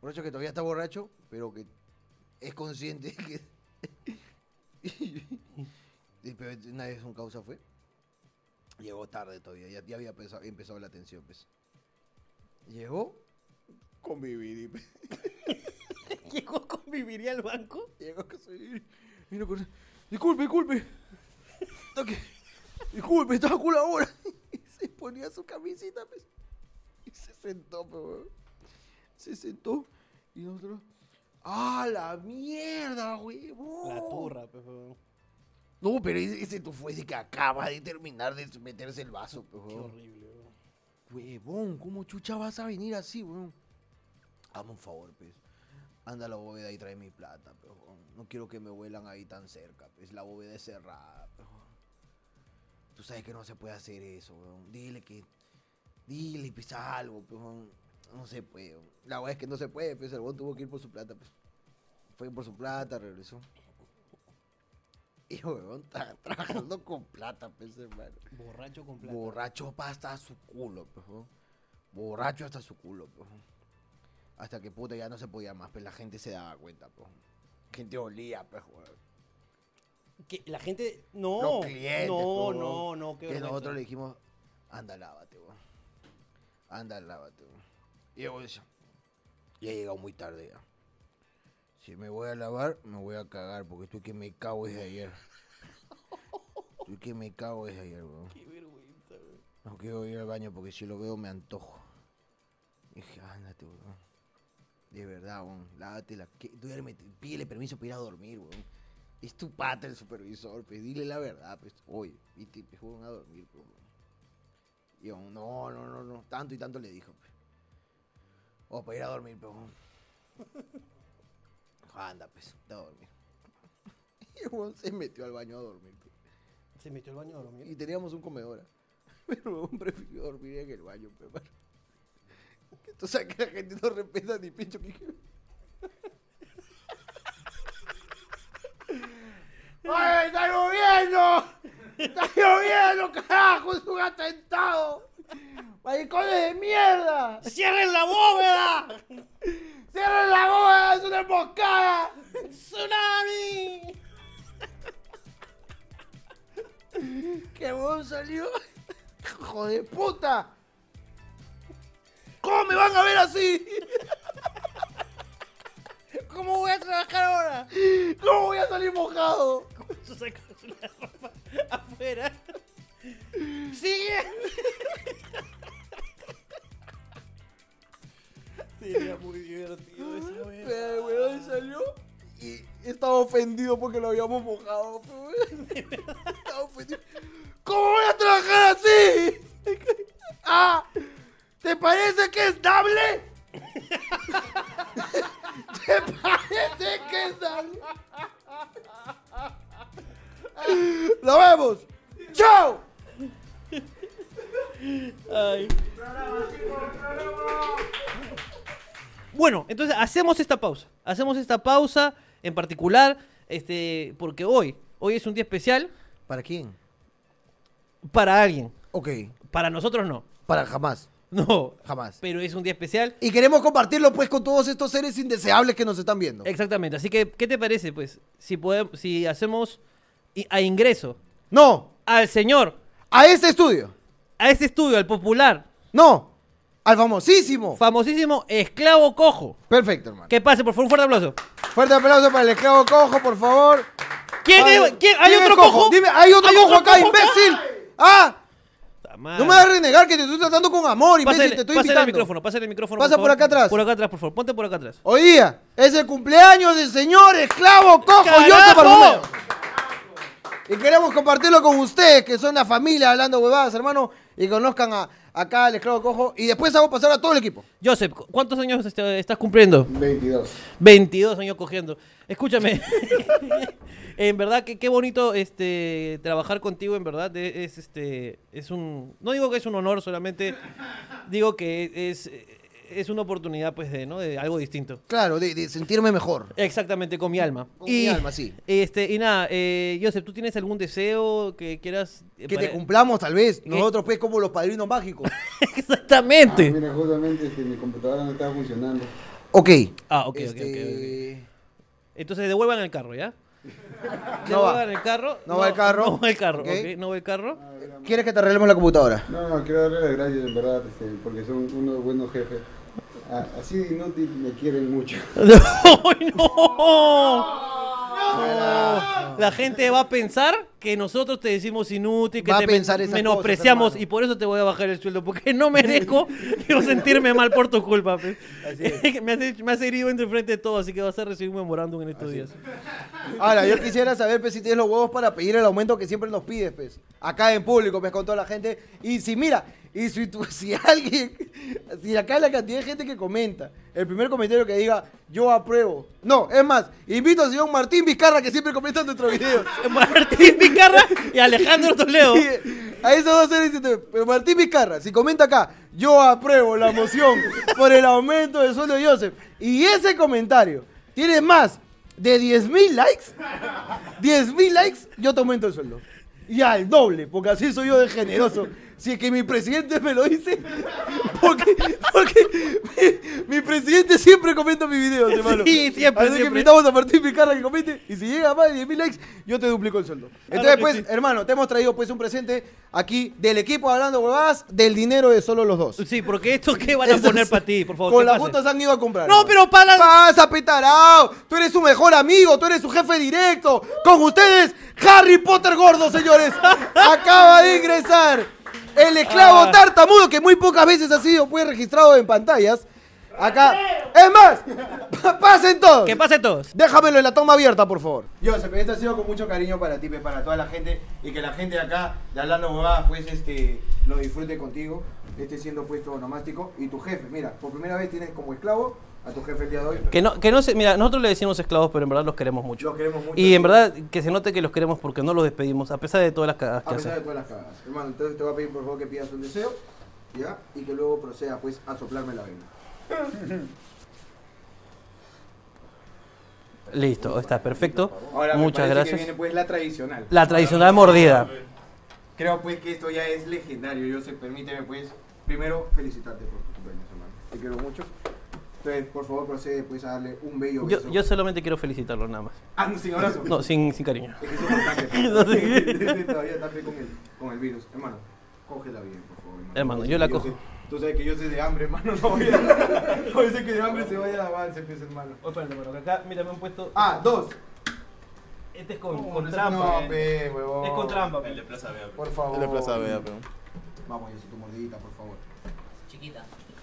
Speaker 4: Borracho que todavía está borracho, pero que es consciente que, Y pero una vez un causa fue. Llegó tarde todavía, ya, ya había empezado, empezado la tensión, pues. Llegó con Vividi, pues. eh.
Speaker 3: Llegó a convivir al banco.
Speaker 4: Llegó con su Vividi. Vino con- Disculpe, disculpe. Toque. Disculpe, estaba cool ahora. Y se ponía su camisita, pues. Y se sentó, pues, weón. Se sentó. Y nosotros. ¡Ah, la mierda, huevón!
Speaker 3: La turra, pues, weón.
Speaker 4: No, pero ese, ese tú fuese que acaba de terminar de meterse el vaso, pues,
Speaker 3: Qué
Speaker 4: weón.
Speaker 3: horrible, weón.
Speaker 4: Huevón, ¿cómo chucha vas a venir así, weón? Hazme un favor, pues. Anda a la bóveda y trae mi plata, pues, weón. No quiero que me vuelan ahí tan cerca, pues. La bóveda es cerrada, pues, weón. Tú sabes que no se puede hacer eso, weón. Dile que... Dile, pues, algo, pues, weón. No se puede, weón. La weá es que no se puede, pues. El weón tuvo que ir por su plata, pues. Fue por su plata, regresó. Y, weón, está trabajando con plata, pues, hermano.
Speaker 3: Borracho con plata.
Speaker 4: Borracho pa- hasta su culo, pues. ¿no? Borracho hasta su culo, pues. Hasta que puta ya no se podía más, pues la gente se daba cuenta, pues. Gente olía, pues, weón.
Speaker 3: Que la gente. No.
Speaker 4: Los clientes,
Speaker 3: no,
Speaker 4: pues,
Speaker 3: no,
Speaker 4: weón.
Speaker 3: no, qué
Speaker 4: Que
Speaker 3: vergüenza.
Speaker 4: nosotros le dijimos, anda, lávate, weón. Anda, lávate, weón. Y yo decía, ya he llegado muy tarde ya. Si me voy a lavar, me voy a cagar, porque estoy que me cago desde ayer. Estoy que me cago desde ayer, weón.
Speaker 3: Qué vergüenza, weón.
Speaker 4: No quiero ir al baño porque si lo veo me antojo. Dije, ándate, weón. De verdad, weón. Lávate la. que- Duérmete. Pídele permiso para ir a dormir, weón. Es tu pata el supervisor, pues. Dile la verdad, pues. Oye, viste, pues, weón, a dormir, pues, weón. Y aún, no, no, no, no. Tanto y tanto le dijo, pues. O para ir a dormir, pues, weón. Dijo, Anda, pues, te a dormir. Y el weón se metió al baño a dormir, pues.
Speaker 3: Se metió al baño a dormir.
Speaker 4: Y teníamos un comedor. ¿ah? Pero un prefirió dormir en el baño, pero bueno. Que tú sabes que la gente no respeta ni pincho que. ¡Ay, está lloviendo! ¡Está lloviendo, carajo! ¡Es un atentado! ¡Maricones de mierda!
Speaker 3: ¡Cierren la bóveda!
Speaker 4: ¡Cierren la bóveda! ¡Es una emboscada!
Speaker 3: ¡Tsunami!
Speaker 4: ¡Que vos salió! ¡Hijo de puta! ¿Cómo me van a ver así?
Speaker 3: ¿Cómo voy a trabajar ahora?
Speaker 4: ¿Cómo voy a salir mojado?
Speaker 3: Se sacó la ropa afuera. ¡Siguiente! Sería muy divertido esa
Speaker 4: Pero el weón salió y estaba ofendido porque lo habíamos mojado. pero, weón, Estaba ofendido. ¿Cómo voy a trabajar así? Ah, ¿te parece que es dable? ¿Te parece que es dable? ¡Lo vemos! ¡Chao!
Speaker 3: Ay. Bueno, entonces hacemos esta pausa. Hacemos esta pausa en particular, este, porque hoy, hoy es un día especial
Speaker 4: ¿Para quién?
Speaker 3: para alguien.
Speaker 4: Ok,
Speaker 3: Para nosotros no.
Speaker 4: para jamás,
Speaker 3: No.
Speaker 4: jamás.
Speaker 3: Pero es un día especial.
Speaker 4: Y queremos compartirlo pues con todos estos seres indeseables que nos están viendo.
Speaker 3: Exactamente. Así que, ¿qué te parece? Pues, si podemos, si hacemos i- a ingreso
Speaker 4: No,
Speaker 3: al señor,
Speaker 4: a este estudio.
Speaker 3: a este estudio, al popular,
Speaker 4: No, al famosísimo.
Speaker 3: famosísimo esclavo cojo.
Speaker 4: Perfecto, hermano.
Speaker 3: Que pase, por favor, un fuerte aplauso.
Speaker 4: Fuerte aplauso para el esclavo cojo, por favor.
Speaker 3: ¿Quién
Speaker 4: Vale.
Speaker 3: es? ¿Quién? ¿Hay
Speaker 4: ¿Quién es
Speaker 3: otro cojo?
Speaker 4: Dime, hay otro cojo acá, imbécil. Ah,
Speaker 3: Puta madre.
Speaker 4: no me vas a renegar que te estoy tratando con amor, imbécil,
Speaker 3: Ah. Pásale,
Speaker 4: te estoy
Speaker 3: pásale
Speaker 4: invitando.
Speaker 3: el micrófono, pásale el micrófono.
Speaker 4: Pasa por
Speaker 3: favor.
Speaker 4: acá atrás.
Speaker 3: Por acá atrás, por favor. Ponte por acá atrás.
Speaker 4: Hoy día es el cumpleaños del señor esclavo cojo
Speaker 3: ¡Carajo!
Speaker 4: Joseph Bartomeu. Y queremos compartirlo con ustedes, que son la familia hablando huevadas, hermano, y conozcan a, acá al esclavo cojo. Y después hago pasar a todo el equipo.
Speaker 3: Joseph, ¿cu- ¿cuántos años este- estás cumpliendo?
Speaker 4: 22.
Speaker 3: 22 años cogiendo. Escúchame. en verdad que qué bonito este trabajar contigo, en verdad e- es este es un no digo que es un honor, solamente digo que es es una oportunidad pues de, ¿no? de algo distinto.
Speaker 4: Claro, de, de sentirme mejor.
Speaker 3: Exactamente, con mi alma.
Speaker 4: Con mi alma, sí.
Speaker 3: Este, y nada, eh, Joseph, ¿tú tienes algún deseo que quieras... eh,
Speaker 4: Que te
Speaker 3: para-
Speaker 4: cumplamos, tal vez. Nosotros, pues, como los padrinos mágicos.
Speaker 5: Ah,
Speaker 3: Exactamente.
Speaker 5: mira, justamente este, mi computadora no estaba funcionando.
Speaker 4: Ok.
Speaker 3: Ah, ok, ok, ok, ok.
Speaker 4: Este,
Speaker 3: Entonces devuelvan el carro, ¿ya?
Speaker 1: No
Speaker 4: No
Speaker 1: va
Speaker 4: va.
Speaker 1: en el carro.
Speaker 4: No va el carro.
Speaker 1: No va el carro,
Speaker 4: Ok.
Speaker 1: ok, No va el carro.
Speaker 4: ¿Quieres que te arreglemos la computadora?
Speaker 5: No, no, quiero darle las gracias, en verdad, este, porque son unos buenos jefes. A- así de inútil me quieren mucho.
Speaker 4: Ah.
Speaker 1: ¡Ay, no! La gente va a pensar que nosotros te decimos inútil, que
Speaker 4: Va a
Speaker 1: te men-
Speaker 4: pensar esas
Speaker 1: menospreciamos
Speaker 4: cosas, hermano.
Speaker 1: y por eso te voy a bajar el sueldo, porque no merezco yo sentirme mal por tu culpa. pe. me, has, hecho- me has herido entre frente de todo, así que vas a recibir un memorándum en estos días.
Speaker 4: Ahora, yo quisiera saber pues, si tienes los huevos para pedir el aumento que siempre nos pides, pues. Acá en público, me contó la gente. Y si, mira, y si, tú- si alguien, si acá la cantidad de gente que comenta, el primer comentario que diga, yo apruebo. No, es más, invito al señor Martín Vizcarra que siempre comenta nuestros videos.
Speaker 1: Martín Picarra y Alejandro Toledo.
Speaker 4: Y A esos dos seres, este, pero Martín Vizcarra, si comenta acá, yo apruebo la moción por el aumento del sueldo de Joseph. Y ese comentario tiene más de 10.000 likes. 10.000 likes, yo te aumento el sueldo. Y al doble, porque así soy yo de generoso. Si es que mi presidente me lo dice, porque, porque mi, mi presidente siempre comenta mis videos, hermano.
Speaker 1: Sí, siempre,
Speaker 4: Así
Speaker 1: siempre.
Speaker 4: que invitamos a Martín Vizcarra que comente. Y si llega a más de 10.000 likes, yo te duplico el sueldo. Entonces,
Speaker 1: Ah, que
Speaker 4: pues,
Speaker 1: sí.
Speaker 4: hermano, te hemos traído pues un presente aquí del equipo hablando huevadas, del dinero de solo los dos.
Speaker 1: Sí, porque esto qué van a poner para ti, por favor.
Speaker 4: Con
Speaker 1: ¿Qué
Speaker 4: las
Speaker 1: pasa?
Speaker 4: juntas han ido a comprar.
Speaker 1: No, pero para las-
Speaker 4: Pasa, petarao. Tú eres su mejor amigo, tú eres su jefe directo. Con ustedes, Harry Potter gordo, señores. Acaba de ingresar el esclavo
Speaker 1: Ah.
Speaker 4: tartamudo, que muy pocas veces ha sido pues, registrado en pantallas. Acá. Es más, pa- pasen todos.
Speaker 1: Que pase todos.
Speaker 4: Déjamelo en la toma abierta, por favor. Joseph, esto ha sido con mucho cariño para ti, pe, para toda la gente. Y que la gente de acá, de Hablando Bobadas, pues este, lo disfrute contigo. Este siendo puesto onomástico. Y tu jefe, mira, por primera vez tienes como esclavo a tu jefe el día de hoy.
Speaker 1: Que no, que no se, mira, nosotros le decimos esclavos, pero en verdad los queremos mucho.
Speaker 4: Los queremos mucho.
Speaker 1: Y en verdad que se note que los queremos porque no los despedimos, a pesar de todas las cagadas
Speaker 4: A
Speaker 1: que
Speaker 4: pesar de
Speaker 1: hacen.
Speaker 4: todas las cagadas. Hermano, entonces te voy a pedir por favor que pidas un deseo. ¿Ya? Y que luego procedas pues a soplarme la vena.
Speaker 1: Listo, está perfecto.
Speaker 4: Ahora me
Speaker 1: Muchas
Speaker 4: parece
Speaker 1: gracias.
Speaker 4: Que viene pues la tradicional.
Speaker 1: La tradicional mordida.
Speaker 4: Creo pues que esto ya es legendario, Joseph. Permíteme pues, primero, felicitarte por tu cumpleaños, hermano. Te quiero mucho. Entonces, por favor, procede pues a darle un bello beso.
Speaker 1: Yo, yo solamente quiero felicitarlo nada más.
Speaker 4: Ah, no, sin abrazo.
Speaker 1: No, sin, sin cariño.
Speaker 4: Es pues. que eso no ataque.
Speaker 1: No sé qué.
Speaker 4: Todavía está fe con el, con el virus. Hermano, cógela bien, por favor. Hermano,
Speaker 1: Hermano,
Speaker 4: Porque
Speaker 1: yo la
Speaker 4: sé-
Speaker 1: cojo.
Speaker 4: tú sabes que yo soy de hambre, hermano. No voy a... No dice que de hambre se vaya a avance, pues, hermano.
Speaker 1: acá, mira, me han puesto.
Speaker 4: Ah, dos.
Speaker 1: este es con,
Speaker 4: No, pe, huevón.
Speaker 2: El de Plaza Vea.
Speaker 4: Por favor.
Speaker 2: El de Plaza Vea, pero.
Speaker 4: Vamos, yo soy tu mordidita, por favor.
Speaker 6: Chiquita.